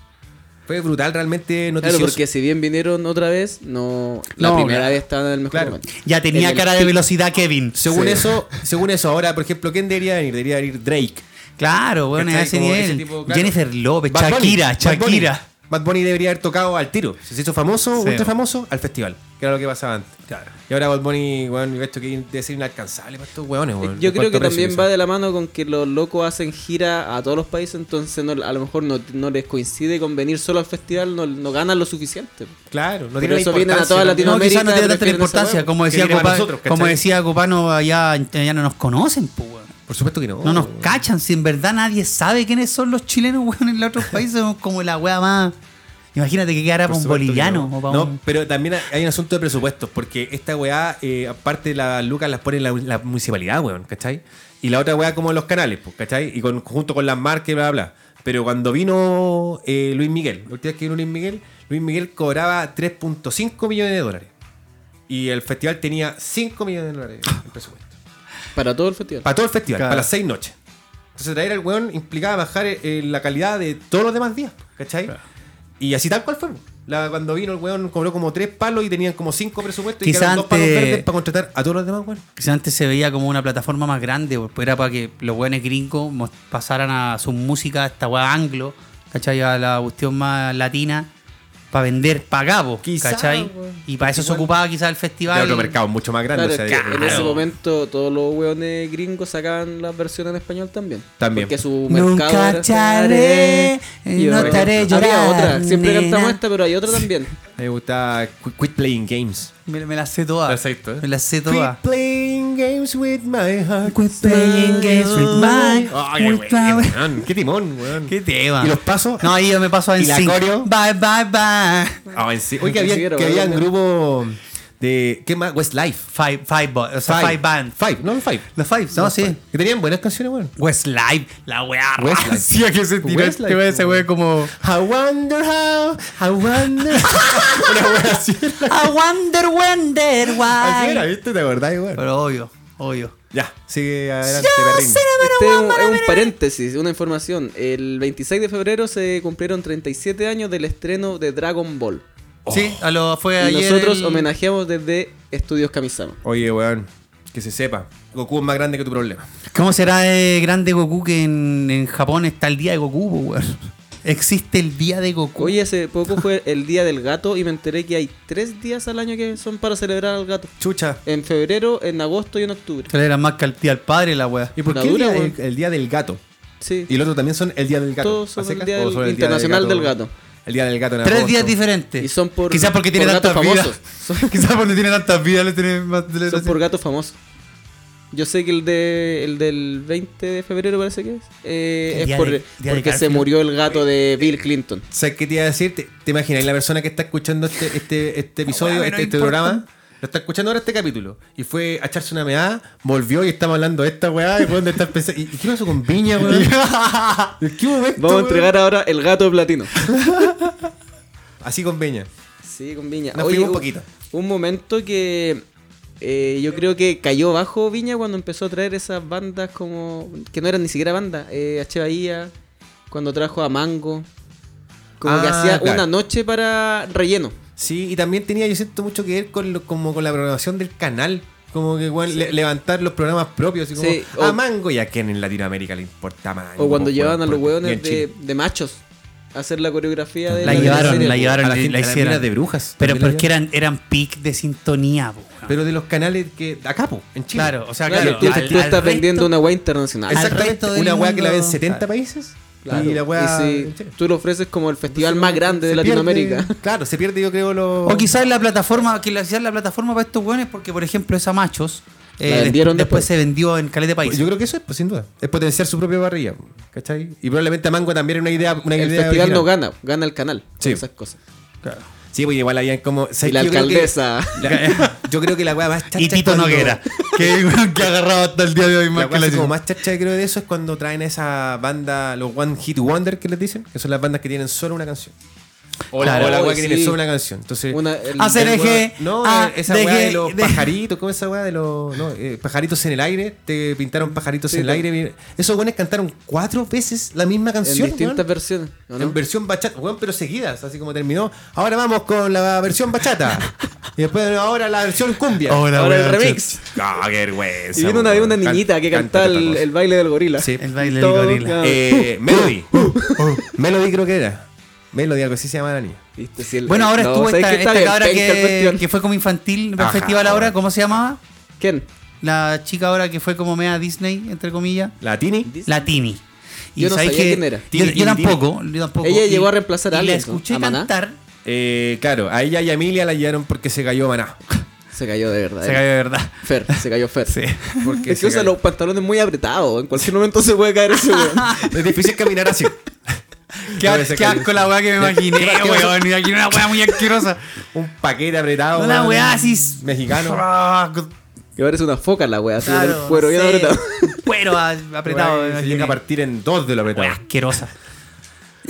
D: Fue brutal, realmente
B: Claro,
D: noticioso.
B: porque si bien vinieron otra vez, no. La
C: No,
B: primera
C: claro.
B: vez estaban en el mejor
D: Claro.
B: momento.
C: Ya tenía
B: En el
C: cara de
B: pic.
C: velocidad Kevin.
D: según
B: Sí.
D: eso, según eso, ahora, por ejemplo, ¿quién debería venir? Debería venir Drake.
C: Claro, bueno, a
D: ¿Cachai?
C: ese
D: Como
C: nivel.
D: ese tipo, claro.
C: Jennifer López,
D: Bad Bunny,
C: Shakira,
D: Bad
C: Shakira.
D: Bunny. Bad Bunny debería haber tocado al tiro. Si se hizo famoso,
C: Sí.
D: ultra famoso, al festival. Que era lo que pasaba antes. Y ahora Bad Bunny, weón, esto que debe ser inalcanzable para estos weones, weón.
B: Yo creo
D: Cuarto
B: que
D: precio,
B: también
D: quizás.
B: va de la mano con que los locos hacen gira a todos los países, entonces no- a lo mejor no, no les coincide con venir solo al festival, no, no ganan lo suficiente.
D: Claro, no
B: Por
D: tiene la
B: eso vienen a
D: importancia,
B: toda
D: ¿no?
C: No,
B: Latinoamérica
C: quizás no tiene tanta
B: prefieren esa
C: importancia.
B: hueá,
C: Como
D: que
C: decía,
D: viene para
C: Copa-
D: nosotros,
C: como
D: ¿cachai?
C: decía Copano, allá ya no nos conocen, pues, weón.
D: Por supuesto que no.
C: No nos
D: weón.
C: cachan, si en verdad nadie sabe quiénes son los chilenos, weón, en los otros países, son como la wea más. Imagínate que quedara
D: Por
C: para un
D: supuesto que
C: boliviano
D: no.
C: o para
D: No,
C: un.
D: pero también hay un asunto de presupuestos, porque esta weá, eh, aparte de las lucas, las pone la, la municipalidad, weón, ¿cachai? Y la otra weá como los canales, pues, ¿cachai? Y con, junto con las marcas y bla, bla, bla. Pero cuando vino eh, Luis Miguel, la última vez que vino Luis Miguel, Luis Miguel cobraba 3.5 millones de dólares. Y el festival tenía 5 millones de dólares en presupuesto.
B: Para todo el festival.
D: Para todo el festival,
C: Claro.
D: para las seis noches. Entonces traer al weón implicaba bajar eh, la calidad de todos los demás días, ¿cachai? Y así tal cual fue. La- cuando vino el weón cobró como tres palos y tenían como cinco presupuestos y
C: Quizá
D: quedaron dos palos
C: antes-
D: verdes para contratar a todos los demás, weón.
C: Quizás antes se veía como una plataforma más grande, weón, pues era para que los weones gringos mos- pasaran a su música, a esta wea anglo, ¿cachai? A la cuestión más latina, para vender pagabos,
D: Quizá,
C: ¿cachai?
D: weón.
C: Y para eso se
D: Igual.
C: ocupaba quizás el
D: Era
C: festival.
D: otro mercado mucho más grande.
B: Claro,
D: o sea,
B: es que
D: de-
B: en ese
C: claro.
B: momento todos los hueones gringos sacaban las versiones en español también.
D: También.
B: Porque su mercado
C: Nunca
B: era-
C: te haré,
B: Y
C: no
B: otra-
C: te haré
B: Había
C: llorar,
B: otra, siempre
C: nena.
B: cantamos esta, este, pero hay otra también.
D: Me gusta Qu- Quit Playing Games.
C: Me, me la sé toda.
D: Perfecto, ¿eh?
C: Me la sé toda.
D: playing games with my heart.
C: Quit playing games with my-
D: Ay,
C: with my-
D: weón, weón, qué timón, weón.
C: ¿Qué tema?
D: ¿Y los pasos?
C: No, ahí yo me paso a
D: ¿Y la
C: NSYNC.
D: coreo?
C: Bye, bye, bye.
D: Ah, en sí. Oye, que había,
B: Sí, era
D: que había un
B: bueno.
D: grupo de. ¿Qué más? Westlife.
C: Five, five, bo- o sea, five, band.
D: Five, no, Ah, Five.
C: Los Five, no, sí.
D: Que tenían buenas canciones, weón.
C: Westlife, la weá
D: Westlife.
C: rancia que se tiró este
D: Westlife,
C: weón, ese weón como
D: I wonder how, I wonder. Una buena así. era.
C: I wonder, wonder
D: Así era,
C: why.
D: ¿viste? ¿Te acordás, weón?
C: Pero obvio, obvio.
D: Ya, sigue adelante, perrín.
B: Este es un, es un paréntesis, una información. El 26 de febrero se cumplieron 37 años del estreno de Dragon Ball.
C: Sí, a lo fue
B: oh. Y
C: ayer.
B: nosotros
C: el-
B: homenajeamos desde Estudios Kamisama.
D: Oye, weón, que se sepa. Goku es más grande que tu problema.
C: ¿Cómo será de grande Goku que en, en Japón está el día de Goku, po, weón? Existe el día de Goku.
B: Hoy hace poco fue el Día del Gato y me enteré que hay tres días al año que son para celebrar al gato.
D: Chucha.
B: En febrero, en agosto y en octubre.
C: Se le era más que al día al padre la weá.
D: ¿Y por
B: La
D: qué el
B: dura,
D: día,
B: weón.
D: el, el día del gato?
B: Sí.
D: Y el otro también son el día del gato.
B: Todos son
D: ¿A secas?
B: el día del-
D: ¿O son el
B: internacional del gato.
D: El día del gato en
C: Tres
D: agosto?
C: días diferentes.
B: Y son por-
C: Quizás porque tiene
B: por
C: tantas
B: gatos
C: vidas.
B: famosos.
C: Quizás porque tiene tantas vidas. Le tiene más, le-
B: Son por gatos famosos. Yo sé que el de el del 20 de febrero parece que es. eh,
C: El
B: es
C: día
B: por-
C: de- día de
B: porque se
C: Garfield.
B: murió el gato de Bill Clinton.
D: ¿Sabes qué te iba a decir? ¿Te, te imaginas la persona que está escuchando este, este, este episodio,
C: bueno,
D: este,
C: no
D: este
C: importa.
D: programa? Lo está escuchando ahora este capítulo. Y fue a echarse una meada, volvió y estamos hablando de esta weá. Y, weón, de estar pensando, ¿y, y qué pasó con Viña, weón? ¿En qué momento?
B: Vamos a
D: weón?
B: entregar ahora el gato de platino.
D: Así con Viña.
B: Sí, con Viña.
D: Nos fuimos
B: un-
D: poquito.
B: Un momento que eh, yo creo que cayó bajo Viña cuando empezó a traer esas bandas como. que no eran ni siquiera bandas. Eh, H. Bahía, cuando trajo a Mango. Como que
D: Ah,
B: hacía
D: claro.
B: una noche para relleno.
D: Sí, y también tenía, yo siento, mucho que ver con, lo- como con la programación del canal. Como que weón, le- levantar los programas propios. Así como,
B: Sí, o-
D: a Mango, y a quien en Latinoamérica le importa Mango.
B: O cuando
D: pues,
B: llevaban a
D: weón,
B: los
D: porque- y
B: hueones
D: en Chile.
B: de, de machos a hacer la coreografía de
C: La llevaron,
B: teleserie,
C: la
B: po.
C: llevaron,
D: a la
C: y
D: gente-
C: la
D: a las
C: hicieron.
D: minas de brujas.
C: Pero
D: También la
C: porque eran, eran pic de sintonía, po, weón.
D: Pero de los canales que. Acá, po, en Chile.
C: Claro, o sea,
B: Claro,
C: claro.
B: tú,
C: al-
B: tú
C: al
B: estás
C: resto-
B: vendiendo una weá internacional.
C: Exacto.
D: Exactamente.
C: resto del
D: Una weá que la ven en
C: mundo.
D: 70
C: Claro.
D: países.
B: Claro.
D: Y la weá.
B: Y si tú lo ofreces como el festival más grande de
D: se pierde-
B: Latinoamérica.
D: claro, se pierde, yo creo, lo.
C: O quizás la plataforma, que la- quizás la plataforma para estos weones, porque por ejemplo esa machos eh,
B: La
C: des-
B: vendieron
C: después
B: después.
C: se vendió en Caleta de País.
D: Yo creo que eso es, pues, sin duda. Es potenciar su propia barrilla. ¿Cachai? Y probablemente a Mango también era una idea. Una
B: El
D: idea
B: festival
D: original.
B: no gana, gana el canal.
D: Sí.
B: Esas cosas.
D: Sí, pues igual habían como. ¿sabes
B: Y la
D: qué? Yo creo que-
B: alcaldesa.
D: la- yo creo que la weá más chacha.
C: y
D: es
C: Tito
D: cuando-
C: Noguera, que, que ha agarrado hasta el día de hoy
D: La
C: más
D: weá
C: que la
D: así como
C: más
D: más chacha creo de eso es cuando traen esa banda, los One Hit Wonder que les dicen, que son las bandas que tienen solo una canción. O la,
B: Claro.
D: o la weá que
B: Ah, Sí.
D: tiene solo una canción. Entonces,
B: Una- el-
C: Hacer
B: el-
C: eje-
D: Bueno, No, eh,
C: Ah,
D: esa
C: de
D: weá de
C: que-
D: los
C: de-
D: pajaritos, ¿cómo es esa weá de los no, eh, pajaritos en el aire? Te pintaron pajaritos
B: Sí,
D: en el
B: claro.
D: aire. bien. Esos weones cantaron cuatro veces la misma
B: en
D: canción.
B: distintas
D: weón.
B: versiones. ¿o no?
D: En versión bachata, weón, pero seguidas, así como terminó. Ahora vamos con la versión bachata. y después ahora la versión cumbia.
C: Ahora,
B: Ahora el
C: weón,
B: remix.
D: Ah, qué vergüenza.
B: Y vino una vez
D: weón.
B: una niñita que
D: Canta-
B: cantaba
D: canta
B: el,
D: otra
B: el baile del gorila.
D: Sí.
C: El baile del
B: Todo
C: gorila.
B: ca-
D: cosa. Eh, Melody. Melody creo que era. Melody, algo así se llama la niña.
B: Viste, si el-
C: Bueno, ahora
B: no,
C: estuvo
B: ¿sabes
C: esta,
B: qué? Está
C: esta
B: bien,
C: cabra
B: penca el
C: que,
B: festival.
C: que fue como infantil para
D: Ajá,
C: el festival ahora, ¿cómo se llamaba?
B: ¿Quién?
C: La chica ahora que fue como media Disney, entre comillas.
D: La Tini.
C: La Tini.
B: Yo no
C: sabéis
B: sabía quién era.
C: Yo,
D: Tini,
C: yo
D: Tini,
C: tampoco, yo tampoco.
B: Ella
C: Y-
B: llegó a reemplazar a
C: y
B: alguien,
C: la escuché
B: ¿no? ¿A Maná?
C: cantar.
D: Eh, claro, a ella y a Emilia la llevaron porque se cayó Maná.
B: Se cayó de verdad. eh.
C: Se cayó de verdad.
B: Fer, se cayó Fer.
C: Sí.
D: Porque
B: Es
D: se
B: que usa
D: cayó.
B: los pantalones muy apretados. En cualquier momento se puede caer ese weón.
D: Es difícil caminar así.
C: Qué,
D: No, ese
C: qué
D: cayó.
C: asco la weá que me imaginé,
D: Qué asco.
C: weón. Me imaginé una weá muy asquerosa.
D: Un paquete apretado.
C: Una
D: weón,
C: weá así. s-
D: Ah, Mexicano.
C: Ah,
B: Que parece una foca la wea, así
C: claro,
B: con el cuero bien
C: sí.
B: apretado.
C: Cuero a- apretado.
D: Weá,
C: me
D: se
C: imaginé.
D: llega a partir en dos de lo
C: Weá
D: apretado.
C: asquerosa.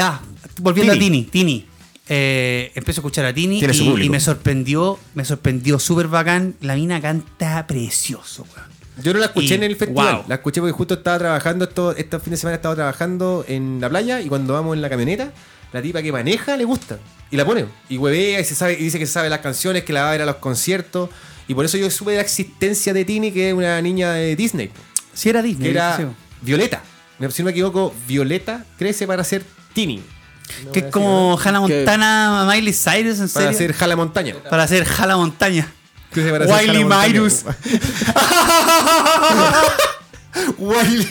C: Ah, volviendo
D: Tini.
C: a Tini. Tini. Eh, empiezo a escuchar a Tini
D: Tiene su
C: y,
D: público.
C: y me sorprendió, me sorprendió súper bacán. La mina canta precioso, weón.
D: Yo no la escuché
C: Y-
D: en el festival.
C: wow.
D: La escuché porque justo estaba trabajando. Esto, este fin de semana estaba trabajando en la playa. Y cuando vamos en la camioneta, la tipa que maneja le gusta. Y la pone. Y huevea y, se sabe, y dice que se sabe las canciones, que la va a ver a los conciertos. Y por eso yo supe de la existencia de Tini, que es una niña de Disney.
C: Si era
D: Que
C: Disney.
D: era
C: sí.
D: Violeta. Si no me equivoco, Violeta crece para ser Tini.
C: que es como Hannah
B: Que-
C: Montana, Miley Cyrus, en
D: Para
C: serio.
D: ser Jala Montaña.
C: para hacer Jala Montaña.
D: Crece para ser
C: Wiley
D: Jala Montaña.
C: Virus.
D: Wiley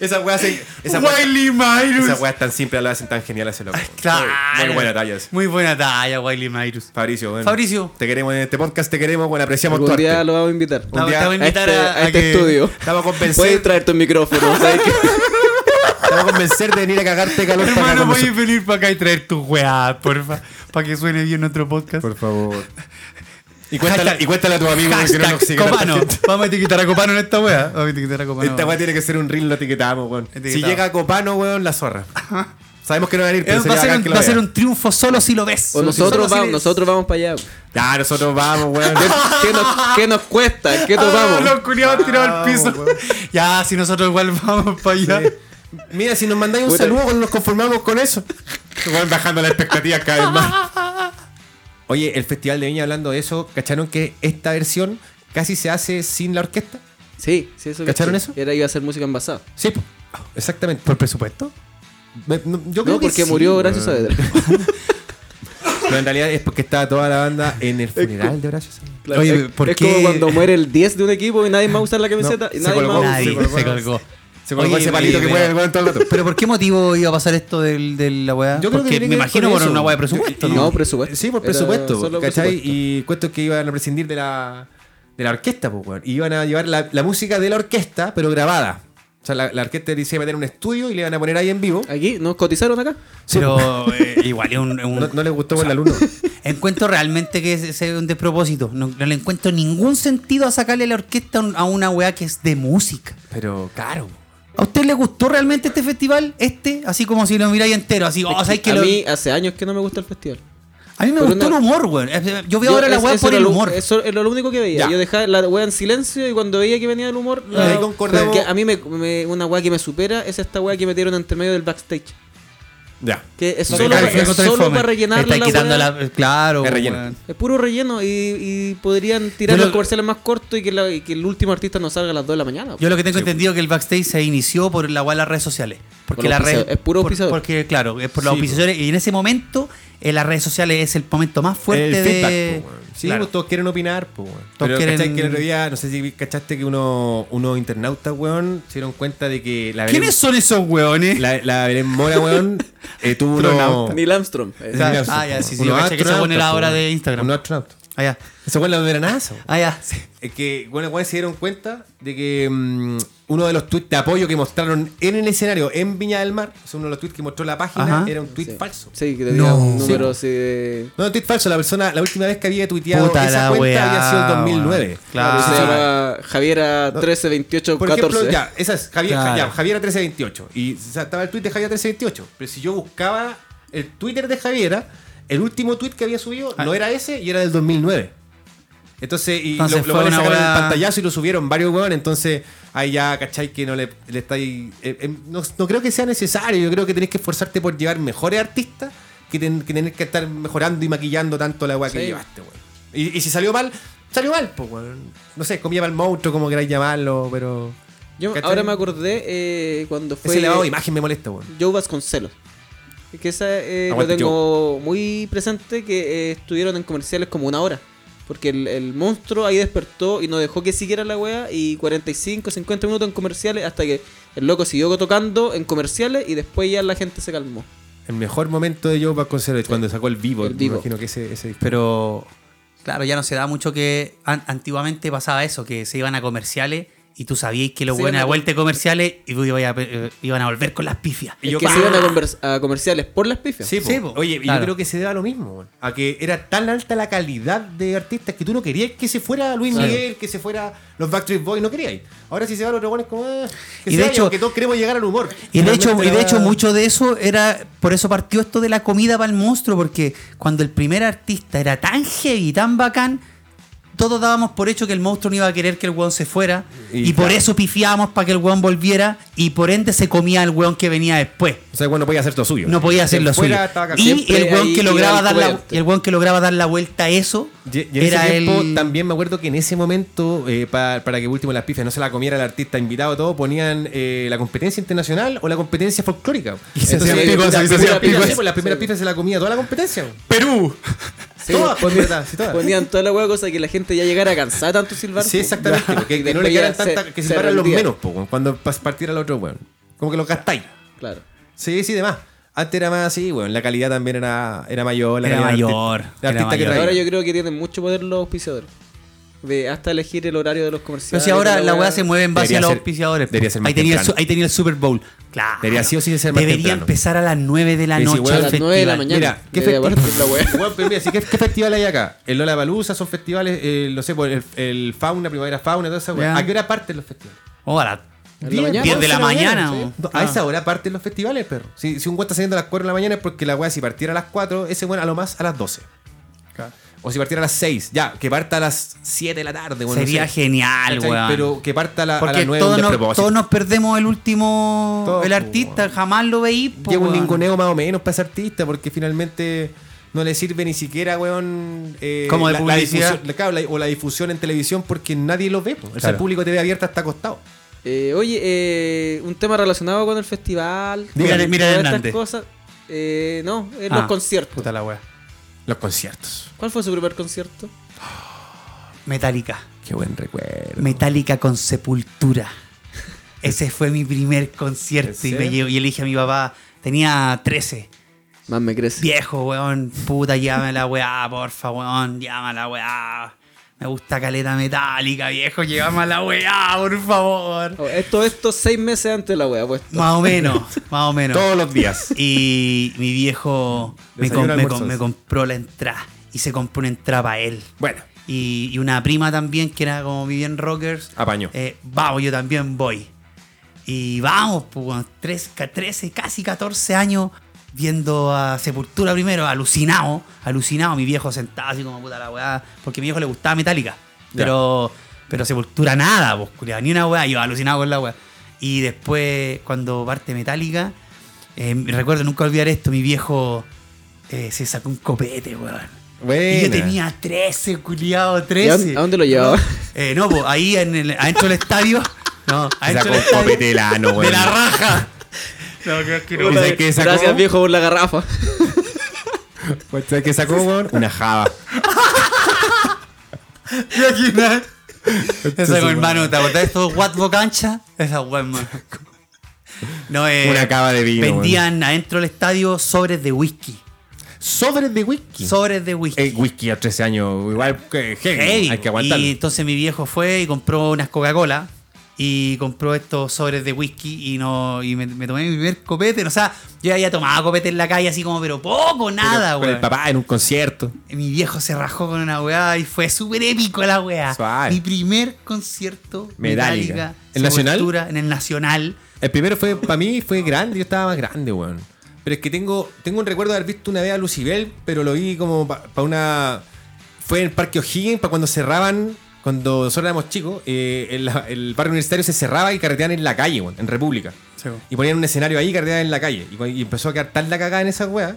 D: Esa weá se. Esa weá,
C: Wiley Mayrus.
D: esa weá es tan simple, la hacen tan genial, hace loco. Muy, muy buena talla. esa.
C: Muy buena talla, Wiley Mayrus.
D: Fabricio, bueno,
C: Fabricio.
D: Te queremos en este podcast, te queremos, bueno, apreciamos tu
B: Algún
D: arte.
B: día lo vamos a invitar.
C: No,
D: día
C: te voy a invitar
B: este,
C: a, a
B: a este
C: que-
B: estudio.
D: Te vamos a convencer.
B: Puedes traer tu micrófono. ¿sabes qué?
D: Te voy a convencer de venir a cagarte calor para acá
C: Hermano,
D: con
C: podéis
D: nosotros.
C: venir para acá y traer tu weá, porfa. Para que suene bien nuestro podcast.
D: Por favor. Y cuéntala, y cuéntala a tu amigo que no nos
C: Hashtag
D: siga tanta
C: Copano.
D: gente.
C: Vamos a etiquetar a Copano en esta weá. Vamos a etiquetar a Copano.
D: Esta weá tiene que ser un reel, lo etiquetamos, weón. Si
C: Etiquetado.
D: llega a Copano, weón, la zorra. Sabemos que no va a venir, pero
C: Eh,
D: sería
C: va a ser
D: bacán
C: un-
D: que lo
C: va a ser
D: vea.
C: un triunfo solo si lo ves.
B: O
C: Solo si-
B: nosotros,
C: solo si
B: vamos,
C: le-
B: nosotros vamos para allá.
D: Ya, nosotros vamos, weón.
B: ¿Qué nos, qué nos cuesta? ¿Qué nos
C: Ah,
B: vamos?
C: los culiados tirados al piso.
D: Vamos, weón.
C: Ya, si nosotros igual vamos para allá.
D: Mira, si nos mandáis un
B: Puta.
D: saludo, weón, nos conformamos con eso. Van bajando la expectativa cada vez más. Oye, el Festival de Viña, hablando de eso, ¿cacharon que esta versión casi se hace sin la orquesta?
B: Sí, sí, eso que
D: ¿Cacharon
B: sí.
D: eso?
B: Era iba a hacer música envasada.
D: Sí, po. exactamente.
C: ¿Por presupuesto?
D: Me- no, yo creo
B: No,
D: que
B: porque
D: sí,
B: murió
D: weón.
B: Horacio Saavedra.
D: Pero en realidad es porque estaba toda la banda en el funeral de Horacio Saavedra.
B: Claro,
C: Oye,
B: es,
C: ¿por
B: es
C: qué?
B: como cuando muere el 10 de un equipo y nadie más usa la camiseta.
D: No,
B: y
D: se
B: nadie
D: colgó.
B: más.
C: Nadie
D: se colgó.
C: se colgó.
D: Se colgó
C: Oye,
D: ese palito
C: oye,
D: que mueve el weón todo el rato.
C: ¿Pero por qué motivo iba a pasar esto del, de la weá?
D: Yo creo que
C: Porque
D: tiene
C: me
D: que ver
C: imagino
D: con
C: por
D: eso.
C: una weá de presupuesto,
B: Y-
C: ¿no?
B: y- No, presupuesto.
D: Sí, por
B: Era
D: presupuesto.
B: solo
D: ¿Cachai?
B: presupuesto.
D: Y cuento que iban a prescindir de la, de la orquesta, pues, weón. Y iban a llevar la, la música de la orquesta, pero grabada. O sea, la, la orquesta se iba a meter en un estudio y le iban a poner ahí en vivo.
B: Aquí, ¿nos cotizaron acá?
C: Pero eh, igual es un, es un-
D: No, no les gustó con el alumno.
C: encuentro realmente que ese es un despropósito. No, no le encuentro ningún sentido a sacarle la orquesta a un- a una weá que es de música.
D: Pero caro.
C: ¿A usted le gustó realmente este festival? Este, así como si lo miráis entero, así, oh, ¿sabes que
B: a
C: lo-
B: mí hace años que no me gusta el festival.
C: a mí me
B: por
C: gustó
B: una-
C: el humor, weón. Eh, Yo veo
B: Yo-
C: ahora la
B: es-
C: weá
B: eso
C: por
B: era
C: el
B: lo-
C: humor.
B: Eso era lo único que veía.
D: Ya.
B: Yo dejaba la weá en silencio y cuando veía que venía el humor.
D: Y ahí
B: la-
D: concordamos.
B: porque a mí me, me- una weá que me supera es esta weá que metieron entre medio del backstage.
D: Ya.
B: Que es
C: No,
B: solo,
C: claro,
B: es
C: que encontré
B: solo
C: fome.
B: para rellenar
C: Estáis
B: la
C: quitando
B: weá.
C: la- Claro,
D: Es relleno.
C: weón.
B: Es puro relleno y, y podrían tirar
C: Yo lo-
B: los comerciales más cortos y que, la- y que el último artista no salga a las 2 de la mañana.
C: Yo lo que tengo entendido es que el backstage se inició por la weá de las redes sociales.
B: Por
C: Porque
B: los
C: las redes-
B: auspiciadores, es puro
C: por-
B: auspiciador.
C: Porque, claro, es por los
D: Sí,
C: auspiciadores. Y en ese momento, eh, las redes sociales es el momento más fuerte
D: el feedback,
C: de.
D: po, weón. Sí,
C: Claro.
D: pues, todos quieren opinar, po, weón. Pero
C: quieren-
D: cachai que el otro día, no sé si cachaste que uno, unos internautas, weón, se dieron cuenta de que la Belén,
C: ¿Quiénes son esos weones?
D: la, la Belén Mora, weón, eh, tuvo uno,
C: Astronauta.
B: Neil Armstrong. eh,
C: Ah, ya, sí, sí, yo caché que se pone la hora de Instagram.
D: Un astronauta.
C: Ah, ya.
D: Ese weón la de la NASA, weón.
C: Ah, ya. sí.
D: Es que, bueno, weón, se dieron cuenta de que mm, uno de los tweets de apoyo que mostraron en el escenario, en Viña del Mar, o sea, uno de los tweets que mostró la página,
C: Ajá.
D: era un tweet
B: sí.
D: falso.
B: Sí, que te
C: No.
B: diga un
D: Sí.
B: número así de.
D: No, un tweet falso. La persona, la última vez que había tuiteado
C: Puta
D: esa
C: la
D: cuenta
C: weá,
D: había sido en 2009.
C: weón. Claro.
B: Claro,
D: Sí,
B: se
D: sí.
B: llama Javiera 132814.
D: Ah. Por ejemplo, ya, esa es Javier,
C: Claro.
D: ya, Javiera 1328. Y o sea, estaba el tweet de Javiera 1328. Pero si yo buscaba el Twitter de Javiera, el último tweet que había subido
C: Ah.
D: no era ese y era del 2009. Entonces, y
C: Entonces
D: lo, lo
C: fue
D: van
C: una
D: a sacar en
C: weá-
D: el pantallazo y lo subieron varios weón. Entonces, ahí ya, ¿cachai? Que no le, le está ahí- eh, eh, no, no creo que sea necesario. Yo creo que tenés que esforzarte por llevar mejores artistas que, ten- que tener que estar mejorando y maquillando tanto la weá que
B: Sí.
D: llevaste, weón. Y, y si salió mal, salió mal, pues, weón. No sé, comía mal monstruo, como queráis llamarlo, pero.
B: Yo
D: ¿Cachai?
B: ahora me acordé eh, cuando fue.
D: Ese elevado de imagen me molesta, weón.
B: Joe Vasconcelos. Que esa eh, lo
D: Aguante,
B: tengo muy presente que eh, estuvieron en comerciales como una hora. Porque el, el monstruo ahí despertó y no dejó que siguiera la wea. Y 45, 50 minutos en comerciales hasta que el loco siguió tocando en comerciales y después ya la gente se calmó.
D: El mejor momento de Joe Vasconcelos es cuando sacó el vivo.
B: El
D: me
B: vivo.
D: imagino que ese, ese disco.
C: Pero, claro, ya no se da mucho que. an- antiguamente pasaba eso, que se iban a comerciales y tú sabíais que los
B: Se
C: buenos
B: iban
C: a
B: a-
C: vuelta de comerciales y tú ibas a- eh, iban a volver con las pifias.
D: Y
B: Es
D: yo-
B: que
D: ¡Ah!
B: se iban a, convers- a comerciales por las pifias.
D: Sí, po.
C: Sí, po.
D: Oye, y
C: Claro.
D: yo creo que se deba a lo mismo, weón. a que era tan alta la calidad de artistas que tú no querías que se fuera Luis
C: Claro.
D: Miguel, que se fuera los Backstreet Boys, no queríais. Ahora si se van los dragones como ah, que
C: Y
D: se
C: de
D: vayan,
C: hecho-
D: porque todos queremos llegar al humor.
C: Y de, hecho,
D: Finalmente
C: y de
D: la-
C: hecho, mucho de eso era. Por eso partió esto de la comida para el monstruo, porque cuando el primer artista era tan heavy, tan bacán, todos dábamos por hecho que el monstruo no iba a querer que el weón se fuera.
D: Y
C: Y, por
D: claro.
C: eso pifiábamos para que el weón volviera. Y por ende se comía al weón que venía después.
D: O sea, bueno, podía hacer todo suyo.
C: No podía hacer
D: Si
C: lo
D: fuera,
C: suyo.
D: estaba cagado.
C: Y
B: Siempre
C: el weón,
B: ahí
C: que
B: iba
C: lograba
B: el
C: dar la,
B: comediante.
C: el weón que lograba dar la vuelta a eso
D: Y, y en
C: era
D: ese tiempo
C: el.
D: también me acuerdo que en ese momento, eh, pa- para que último las pifias no se la comiera el artista invitado, todo ponían eh, la competencia internacional o la competencia folclórica.
C: Y se
D: Entonces,
C: hacían
D: eh,
C: picos,
D: la
C: se
D: primera
C: hacían
D: pifia,
C: picos.
D: sí, pues, la primera
B: Sí.
D: pifia se la comía toda la competencia.
C: ¡Perú!
B: Sí,
D: Todas,
B: ponían,
D: verdad, sí, todas.
B: ponían toda la hueá cosa que la gente ya llegara cansada tanto silbar.
D: Sí, exactamente.
B: Ya.
D: Porque que no
B: Después
D: le quedaran
B: ya se-
D: tanta, que
B: se
D: se paran los
B: rendía.
D: menos, po, cuando pas- partiera el otro, weón. Como que los gastáis.
B: Claro.
D: Sí, sí, demás. Antes era más así, bueno, la calidad también era, era mayor. La
C: Era
D: calidad de
C: mayor,
D: arti- de
C: era
D: artista que
C: mayor.
D: traía.
B: Ahora yo creo que tienen mucho poder los auspiciadores. De hasta elegir el horario de los
C: Pero
B: comerciales.
C: si ahora
B: de
C: la weá se mueve en base
D: Debería
C: a los
D: ser-
C: auspiciadores.
D: debería ser más
C: ahí, tenía el, su-
D: temprano.
C: ahí tenía el Super Bowl. Claro.
D: Debería sí o sí ser más
C: Debería
D: temprano.
C: empezar a las 9 de la
D: Sí, sí,
C: noche.
D: weón,
B: A
C: el
B: las 9 de la
C: festival.
B: mañana.
D: Mira, ¿qué
B: Debería
D: festi-
B: partir la weá.
D: Bueno, pero mira, sí, ¿qué, qué festival hay acá? El Lola Palusa son festivales, eh, no sé, por el, el Fauna, Primavera Fauna, toda esa weá.
C: Ya.
D: ¿A qué hora parten los festivales?
C: Oh, a las
B: la
C: 10
B: mañana,
C: de la
B: 11 de la
C: mañana.
B: mañana,
C: oh.
B: sí.
D: No, A
C: Ah.
D: esa hora parten los festivales, perro. Si, si un weón está saliendo a las 4 de la mañana es porque la weá, si partiera a las 4, ese weón a lo más a las 12. O si partiera a las 6, ya, que parta a las 7 de la tarde, weón. no
C: Sería
D: sé.
C: genial,
D: ¿Cachai?
C: weón.
D: Pero que parta a, la, a
C: Porque
D: las 9
C: todos,
D: un
C: nos,
D: despropósito.
C: todos nos perdemos el último.
D: Todos,
C: el
D: po,
C: artista, jamás lo veí. po,
D: Llega un
C: weón.
D: ninguneo más o menos para ese artista, porque finalmente no le sirve ni siquiera, weón. eh,
C: Como de
D: la- la
C: publicidad.
D: difusión- la- claro, la- o la difusión en televisión porque nadie lo ve. po. O sea,
C: Claro.
D: el público te ve abierta hasta acostado.
B: Eh, oye, eh, un tema relacionado con el festival.
C: Dígale,
B: con
C: mira
B: todas
C: Hernández.
B: Estas cosas. Eh, no, en
C: Ah,
B: los conciertos.
C: Puta la weá.
D: Los conciertos.
B: ¿Cuál fue su primer concierto?
C: Metallica.
D: Qué buen recuerdo.
C: Metallica con Sepultura. Ese fue mi primer concierto y,
D: ¿En
C: me
D: serio?
C: llevo, y elige a mi papá. Tenía 13.
B: Más me crece.
C: Viejo, weón. Puta, llévame la weá, porfa, weón. Llévame la weá. Me gusta caleta metálica, viejo. Llévame a la weá, por favor.
B: Oh, esto, esto seis meses antes de la wea, pues.
C: Más o menos, más o menos.
D: Todos los días.
C: Y mi viejo me,
D: Desayuno,
C: com- me com-
D: almuerzo.
C: me compró la entrada. Y se compró una entrada para él.
D: bueno,
C: Y, y una prima también, que era como vivían rockers.
D: apañó.
C: Eh, vamos, yo también voy. Y vamos, pues, weón, tres- ca- 13, casi 14 años viendo a Sepultura primero, alucinado, alucinado, mi viejo sentado así como puta la weá, porque a mi viejo le gustaba Metallica, pero, pero Sepultura nada, pues, culiao, ni una weá, yo alucinado con la weá. Y después, cuando parte Metallica, eh, recuerdo, nunca olvidar esto, mi viejo eh, se sacó un copete, weón. Y yo
D: Buena.
C: tenía 13, culiado, 13.
B: ¿Y a dónde- a dónde lo llevaba?
C: Eh, no, pues ahí en el, adentro del estadio. No,
D: Se
C: adentro
D: sacó
C: del
D: un
C: estadio.
D: copete de la ano,
C: Ah, de
D: weón.
C: la raja. No, creo que
D: Puta, ¿sabes qué sacó?
B: Gracias, viejo, por la garrafa.
D: Pues, ¿sabes qué sacó, weón? Una java.
C: Esa con hermano, ¿te acordás de estos Watbo cancha? Esa weá, hermano. No, eh,
D: Una cava de vino,
C: Vendían adentro del estadio sobres de whisky.
D: Sobres de whisky.
C: Sobres de whisky.
D: Eh, whisky a 13 años, igual que heavy.
C: Heavy,
D: Hay
C: po.
D: que aguantarlo.
C: Y entonces mi viejo fue y compró unas Coca-Cola y compró estos sobres de whisky y no y me, me tomé mi primer copete. O sea, yo había tomado copete en la calle así como, pero poco,
D: Pero
C: nada,
D: Con el
C: weón.
D: papá en un concierto.
C: Mi viejo se rajó con una weá y fue súper épico la weá.
D: Suave.
C: Mi primer concierto
D: Metallica.
C: Metallica.
D: ¿El Nacional?
C: Sepultura, En el Nacional.
D: El primero fue, para mí, fue grande, yo estaba más grande, weón. Pero es que tengo, tengo un recuerdo de haber visto una vez a Lucibel, pero lo vi como para una. Fue en el Parque O'Higgins, para cuando cerraban, cuando nosotros éramos chicos, eh, el, el barrio universitario se cerraba y carreteaban en la calle, weón, en República. Y ponían un escenario ahí y carreteaban en la calle. Y, cu- y empezó a quedar tal la cagada en esa weá,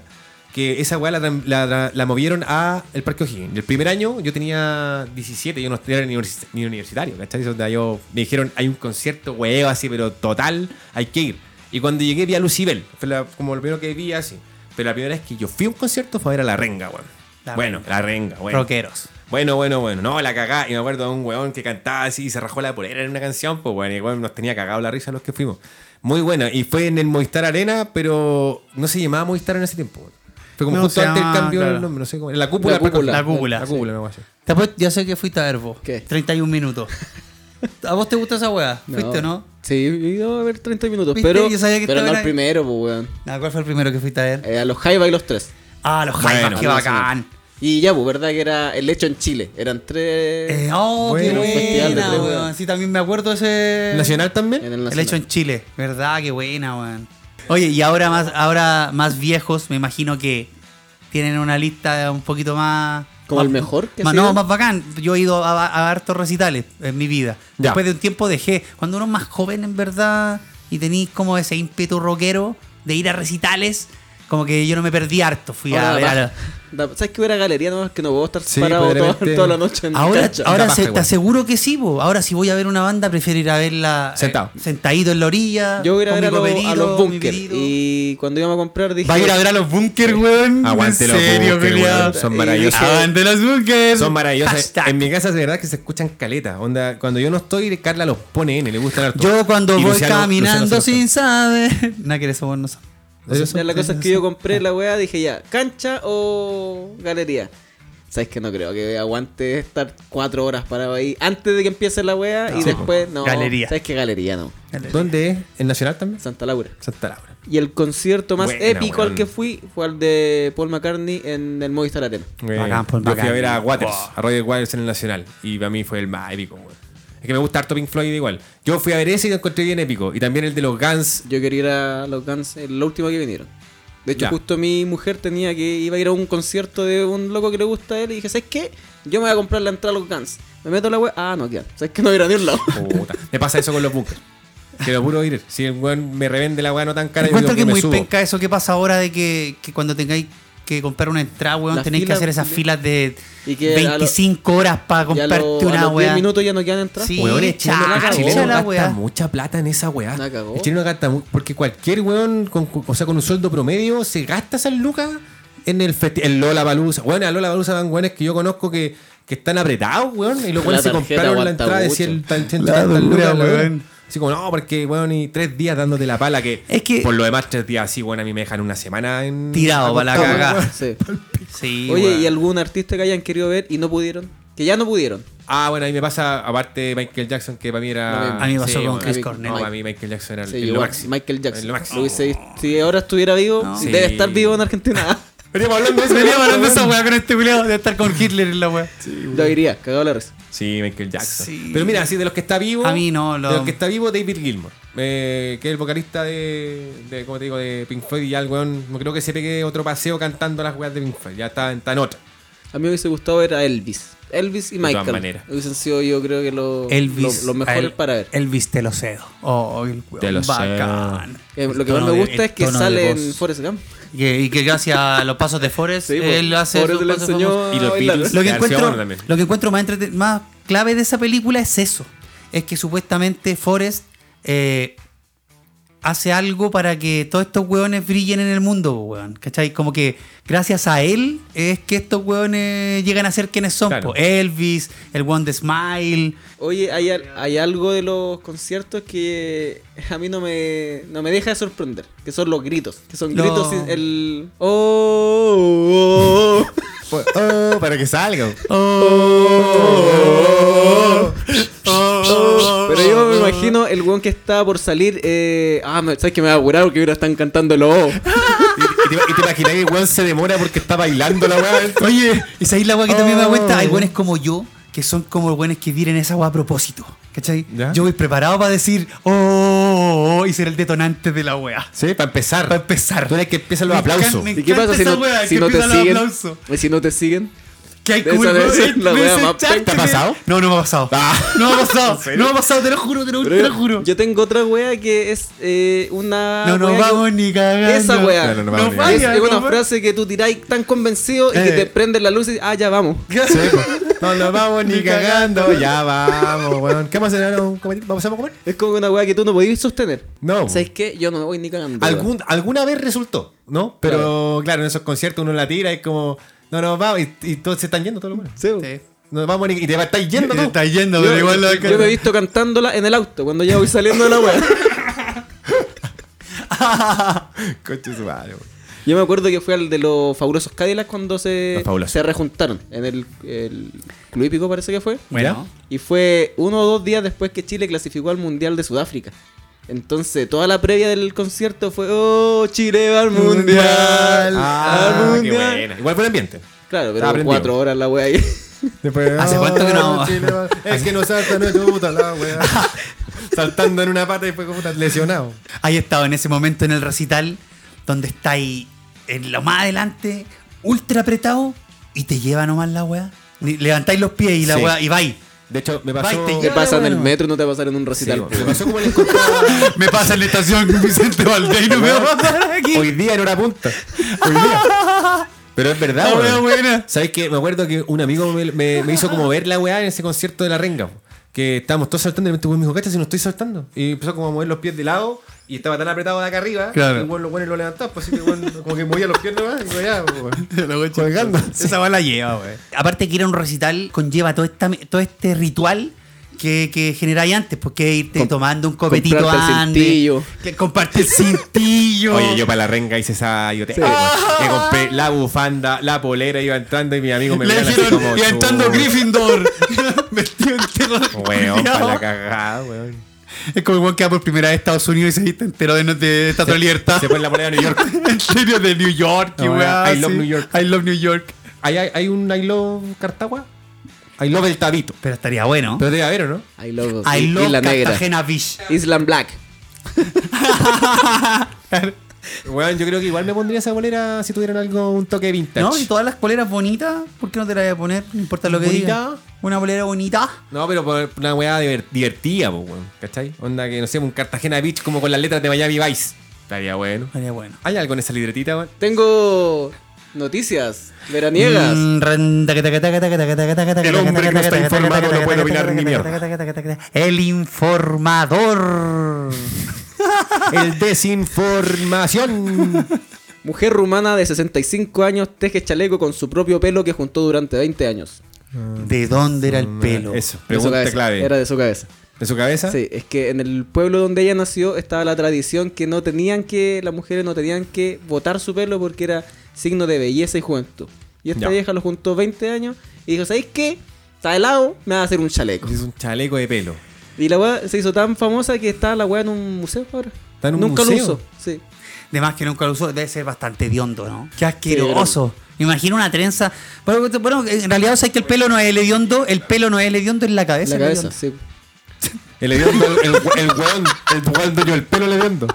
D: que esa weá la, tran- la, la- la movieron a el Parque O'Higgins. El primer año yo tenía 17, yo no era ni, universi- ni universitario, ¿cachai? Eso de ahí yo, me dijeron, hay un concierto, weón, así, pero total, hay que ir. Y cuando llegué vi a Lucibel, fue la- como lo primero que vi así. Pero la primera vez que yo fui a un concierto fue a ver a La Renga, weón.
C: La
D: bueno, La Renga, bueno.
C: Rockeros.
D: Bueno, bueno, bueno. No, la cagá. Y me acuerdo de un weón que cantaba así y se rajó la polera en una canción. Pues bueno, y weón, nos tenía cagado la risa los que fuimos. Muy buena. Y fue en el Movistar Arena, pero no se llamaba Movistar en ese tiempo. weón. Fue como
C: No,
D: justo
C: se
D: antes del
C: llamaba,
D: cambio
C: claro.
D: del nombre. No sé cómo. La cúpula.
B: La cúpula.
D: La
C: La
D: cúpula.
C: cúpula,
D: La cúpula, me voy a decir.
C: Te apuesto- yo sé que fuiste a ver vos.
B: ¿Qué?
C: 31 minutos. ¿A vos te gusta esa weá? ¿Fuiste o no?
B: Sí, iba a ver 30 minutos,
C: ¿Viste?
B: pero,
C: Yo sabía que
B: pero no
C: estaba
B: el
C: en la-
B: primero, pues, weón.
C: Ah, ¿Cuál fue el primero que fuiste a ver?
B: Eh, a los Jaivas y los tres.
C: Ah, los
D: Bueno,
C: Jaivas, qué
B: Al Nacional.
C: bacán.
B: Y ya, pues, verdad que era el hecho en Chile. Eran tres.
C: Eh, oh,
D: Bueno, un
C: qué
B: festival de
C: buena,
B: tres, weón.
C: weón. Sí, también me acuerdo ese.
D: ¿Nacional también?
B: en el
C: El
B: Nacional.
C: hecho en Chile, ¿verdad? Qué buena, weón. Oye, y ahora más, ahora más viejos, me imagino que tienen una lista un poquito más.
B: ¿Como
C: más-
B: el mejor que
C: más-
B: ha
C: No,
B: sido?
C: más bacán. Yo he ido a, a hartos recitales en mi vida.
D: Ya.
C: Después de un tiempo dejé. Cuando uno es más joven, en verdad, y tenéis como ese ímpetu rockero de ir a recitales. como que yo no me perdí harto. Fui
B: Ahora
C: a ver.
B: va-
C: a la-
B: da- ¿Sabes que hubiera galería nomás que no puedo estar
D: Sí,
B: parado
D: pues, de
B: toda,
D: repente-
B: toda la noche en
C: Ahora,
B: cancha?
C: ahora
D: capaz,
C: se, te
D: igual.
C: aseguro que sí, po. ahora si voy a ver una banda prefiero ir a verla eh,
D: Sentado.
C: sentadito en la orilla.
B: Yo voy a ir a
C: con
B: ver a,
C: mi
B: los- a
C: copetito,
B: los
C: mi
B: bunkers.
C: pitito.
B: Y cuando íbamos a comprar dije.
C: Va a ir a ver a los bunkers, weón.
D: Aguante
C: En
D: los
C: serio,
D: bunkers,
C: culiao.
D: weón, son maravillosos.
C: Aguante los bunkers.
D: Son maravillosas.
C: Hashtag.
D: En mi casa de verdad que se escuchan caletas. Onda, cuando yo no estoy, Carla los pone N, le gustan harto.
C: Yo cuando
D: Y
C: voy
D: Luciano-
C: caminando
D: Luciano se los
C: sin saber. Nada que eso vos no son.
B: Ya la cosa es que yo
C: Ah.
B: compré la weá, dije ya, cancha o galería. Sabes que no creo que aguante estar cuatro horas parado ahí antes de que empiece la weá y
C: Sí, pues,
B: después no.
C: Galería.
B: Sabes que galería no.
D: toca. ¿Dónde es? ¿En Nacional también?
B: Santa Laura.
D: Santa Laura.
B: Y el concierto más
D: Buena,
B: épico
D: weón.
B: al que fui fue al de Paul McCartney en el Movistar Arena.
D: Eh,
C: Bacán, Paul
D: yo fui a
C: McCartney.
D: ver a Waters,
C: Wow.
D: a Roger Waters en el Nacional. Y para mí fue el más épico, weón. Es que me gusta harto Pink Floyd igual. Yo fui a ver ese y lo encontré bien épico. Y también el de los Guns.
B: Yo quería ir a los Guns, el último que vinieron. De hecho,
D: Ya.
B: justo mi mujer tenía que iba a ir a un concierto de un loco que le gusta a él y dije, ¿sabes qué? Yo me voy a comprar la entrada a los Guns. Me meto a la web. Ah, no, queda. ¿Sabes que no voy a ir a ningún lado?
D: Puta. Me pasa eso con los bunkers. Que lo puro ir. Si el weón me revende la weá no tan cara, yo
C: Encuentro
D: digo
C: que es
D: me
C: muy
D: subo.
C: penca eso que pasa ahora de que, que cuando tengáis que comprar una entrada, weón,
B: Las
C: tenéis que
B: filas-
C: hacer esas filas de
B: Y que a lo-
C: 25 horas para
B: Ya
C: comprarte
B: lo- a
C: una,
B: los 10
C: weón.
B: minutos ya no quedan entradas.
C: Sí,
D: Weón, el chileno,
C: cha-
D: el
B: cagó.
D: chileno
B: Cha
C: la
D: gasta
C: weá.
D: mucha plata en esa weá.
B: La cagó.
D: El chileno gasta mu- porque cualquier weón, con, cu- o sea, con un sueldo promedio, se gasta esas lucas en el festival. Lola Balusa. Bueno, a Lola Balusa van weones que yo conozco que, que están apretados, weón. Y los
B: La
D: weones se
B: tarjeta
D: compraron la
B: aguanta
D: entrada de
B: mucho.
D: 100, tan- 100
C: La dura,
D: tantas lucas, la
C: weón.
D: weón. Así como, no, porque, weón, y tres días dándote la pala que,
C: Es que-
D: por lo demás, tres días así, weón, a mí me dejan una semana en...
C: Tirado pa' la
D: acostado,
C: cagá.
D: weón.
B: Sí.
C: Sí,
B: Oye,
C: weón.
B: ¿y algún artista que hayan querido ver y no pudieron? Que ya no pudieron.
D: Ah, bueno, a mí me pasa, aparte de Michael Jackson, que para mí
B: Lo
D: era.
B: mismo.
C: A mí me pasó con
D: bueno,
C: Chris
D: no,
C: Cornell.
D: para mí Michael Jackson era el-
B: Sí,
D: el, lo
B: igual,
D: máximo.
B: Michael
D: El
B: Jackson.
D: lo máximo.
B: Lo hubiese- si ahora estuviera vivo,
C: No.
B: debe
D: Sí.
B: estar vivo en Argentina.
D: Veníamos hablando de eso,
C: Veníamos hablando de
D: weón.
C: esa weá con este culiao de estar con Hitler en la weá.
B: Yo diría, cagado la risa.
D: Sí, Michael Jackson.
C: Sí.
D: Pero mira, así de los que está vivo.
C: A mí no, lo-
D: De los que está vivo, David Gilmour. eh, que es el vocalista de, de. ¿Cómo te digo? De Pink Floyd. Y ya el weón. No creo que se pegue otro paseo cantando las weas de Pink Floyd. Ya está, en- está en otra.
B: A mí me hubiese gustado ver a Elvis. Elvis y
D: De todas
B: Michael.
D: maneras.
B: Hubiesen sido yo creo que lo-
C: Elvis.
B: lo- los mejores
C: el-
B: para ver. Eh,
C: Elvis te lo cedo. Oh, el weón
D: Te lo cedo.
C: bacán.
B: Eh, lo que
C: El
B: más me
C: tono de-
B: gusta
C: el
B: es que
C: tono de
B: sale en
C: voz.
B: Forrest Gump.
C: Y que, y que gracias a los pasos de Forrest,
B: Sí, pues,
C: él hace
B: Forrest
C: esos
B: le
C: pasos
B: enseñó
C: famosos.
D: Y los
B: a bailar.
D: Beatles.
C: Lo que
D: García
C: encuentro,
D: Bueno también.
C: lo que encuentro más, entrete- más clave de esa película es eso. Es que supuestamente Forrest eh, hace algo para que todos estos hueones brillen en el mundo, po, weón. ¿Cachai? Como que gracias a él es que estos hueones llegan a ser quienes son.
D: Claro.
C: po. Elvis, el One de Smile.
B: Oye, hay, al- hay algo de los conciertos que a mí no me, no me deja de sorprender, que son los gritos, que son
C: No.
B: gritos sin el oh, oh, oh, oh.
D: Oh, para que salga.
C: oh,
B: Pero yo me imagino el weón que está por salir, eh, ah, me- sabes que me va a curar porque ahora están cantando los oh.
D: y, te, y te imaginas que el weón se demora porque está bailando la wea.
C: Oye, esa es la weá que también me da vuelta.
D: Oh.
C: Hay weones como yo, que son como weones que vienen esa weá a propósito. ¿Cachai?
D: ¿Ya?
C: Yo voy preparado para decir, oh, oh, oh", y ser el detonante de la weá.
D: Sí, para empezar.
C: Para empezar.
D: Tú eres que empiezan los
C: Me
D: aplausos.
C: encanta, me
B: ¿Y qué pasa si
C: esa
B: no,
C: weá,
B: si
C: que
B: no te
C: empiezan los
B: siguen?
C: aplausos.
B: ¿Y si no te siguen?
C: Que hay
B: De
C: como
B: esa
C: un
B: debe ser
C: weón
B: la
C: de
B: wea
C: ese
B: más
C: chat
B: penca.
D: ¿Te ha pasado?
C: No, no me ha pasado.
D: Ah.
C: No me ha pasado. No me ha pasado, te lo juro, te lo, te lo juro.
B: Yo tengo otra wea que es eh, una
C: no nos
B: wea que-
C: vamos ni cagando.
B: Esa wea.
D: No, no,
C: No
D: no vamos ni
B: Es,
C: vaya,
B: es una
C: no va-
B: frase que tú tiráis tan convencido y que
C: Eh.
B: te prende la luz y ah, ya vamos.
D: Sí, pues. no nos vamos ni
C: Ni
D: cagando. Ya vamos, weón. ¿Qué vamos a hacer? ¿Un comer- ¿Vamos a comer?
B: Es como una weá que tú no podías sostener.
D: No.
B: ¿Sabes qué? Yo no me voy ni cagando. weón.
D: Algún, alguna vez resultó, ¿no? Pero claro. en esos conciertos uno la tira y es como, no, no, vamos, y, y todos se están yendo, todos los buenos.
B: Sí, weón.
C: Sí.
D: Nos vamos ni- y te va- estás yendo tú.
C: Te está yendo,
B: Yo,
C: pero igual lo
B: yo me he visto cantándola en el auto cuando ya voy saliendo de la weá.
D: Coche su madre, güey.
B: Yo me acuerdo que fue al de los fabulosos Cadillacs cuando se,
D: Los fabulosos.
B: se rejuntaron en el, el Club Hípico, parece que fue.
C: Bueno.
B: Y fue uno o dos días después que Chile clasificó al Mundial de Sudáfrica. Entonces, toda la previa del concierto fue, oh, Chile va al Mundial.
D: Ah,
B: al
D: qué
B: mundial.
D: buena. Igual buen ambiente.
B: Claro, pero
D: Estaba prendido.
B: cuatro horas la wea ahí.
D: Después,
C: ¿Hace cuánto que no?
D: ah, Chile va- Es que no salta, no chuta la weá. Saltando en una pata y fue como puta, lesionado.
C: Hay estado en ese momento en el recital donde está ahí en lo más adelante, ultra apretado, y te lleva nomás la weá. Ni- Levantáis los pies y la
D: Sí.
C: weá, y vais.
D: De hecho, me pasó.
C: Va y te
B: Te
C: Ya,
B: pasa en el
C: bueno.
B: metro, no te va a pasar en un
D: Sí,
B: recital.
D: me pasó como le encontraba.
C: Me pasa en la estación Vicente Valdés y no me va a pasar aquí.
D: Hoy día en hora punta. Hoy día. Pero es verdad,
C: La
D: weón.
C: wea buena.
D: ¿Sabes qué? Me acuerdo que un amigo me, me- me hizo como ver la weá en ese concierto de la renga. po. Que estábamos todos saltando y de repente weón, me dijo, ¿cachas si no estoy saltando? Y empezó como a mover los pies de lado y estaba tan apretado de acá arriba
C: Claro.
D: que weón, los buenos lo levantaban, pues así que weón, como que movía los pies nomás y weá, po, weón.
C: Colgando. Esa va la lleva, güey. Aparte que ir a un recital conlleva todo, esta, todo este ritual que, que generáis antes, porque irte
B: Com-
C: tomando un copetito
B: comprarte el
C: antes.
B: cintillo.
C: Que comparte el cintillo.
D: Oye, yo para la renga hice esa idiotez. weón. Que compré la bufanda, la polera, iba entrando y mi amigo me
C: Le
D: miran así
C: dijeron,
D: como,
C: y entrando
D: "Chu".
C: Gryffindor. Metido entero.
D: Weón, para la
C: culiao.
D: cagada, weón.
C: Es como el weón que va por primera vez a Estados Unidos y se te enteró de, no- de Estatua de Libertad.
D: Se fue la moneda de New York.
C: en serio, de New York, y
D: No,
C: weá,
D: I love
C: sí.
D: New York.
C: I love New York.
D: ¿Hay, hay, hay un I love Cartagua? I love el Tabito.
C: Pero estaría bueno.
D: Pero debe haber, ¿o no?
B: I love,
C: I love
B: Isla Negra.
C: Cartagena Beach.
B: Island Black.
D: Weón, yo creo que igual me pondría esa bolera si tuvieran algo, un toque vintage.
C: No, y todas las poleras bonitas, ¿por qué no te las voy a poner? No importa lo que
D: ¿Bonita?
C: diga. Una polera bonita.
D: No, pero por una weá diver- divertida, po, weón. ¿Cachai? Onda que, no sé, un Cartagena Beach como con las letras de Miami Vice. Estaría bueno.
C: Sería bueno.
D: ¿Hay algo en esa libretita, weón?
B: Tengo noticias veraniegas.
C: Mm, ren- taca, taca, taca, taca, taca, taca, taca,
D: El
C: taca,
D: hombre que no
C: taca,
D: está
C: taca,
D: informado
C: taca,
D: no
C: taca,
D: puede
C: taca,
D: opinar
C: taca,
D: ni
C: taca,
D: mierda.
C: taca, taca, taca, taca. El informador.
D: El desinformación.
B: Mujer rumana de 65 años teje chaleco con su propio pelo que juntó durante 20 años.
C: ¿De dónde era el pelo?
D: Eso,
B: De su
D: pregunta
B: cabeza.
D: clave.
B: Era de su cabeza.
D: ¿De su cabeza?
B: Sí, es que en el pueblo donde ella nació estaba la tradición que no tenían que, las mujeres no tenían que botar su pelo porque era signo de belleza y juventud. Y esta
D: Ya.
B: vieja lo juntó 20 años y dijo, ¿sabéis qué? Está helado, me va a hacer un chaleco.
D: Es un chaleco de pelo.
B: Y la weá se hizo tan famosa que está la weá en un museo ahora.
D: Está en un
B: Nunca
D: museo.
B: lo usó. Sí.
C: De más que nunca lo usó, debe ser bastante hediondo, ¿no? Qué
B: asqueroso.
C: Imagina una trenza. Bueno, bueno, en realidad, ¿sabes que el pelo no es el hediondo? El pelo no es el hediondo, es la
B: En
C: cabeza.
B: la
C: el
B: cabeza,
C: hediondo.
B: sí.
D: El hediondo, el, el, el weón, el weón dueño del pelo le vendo.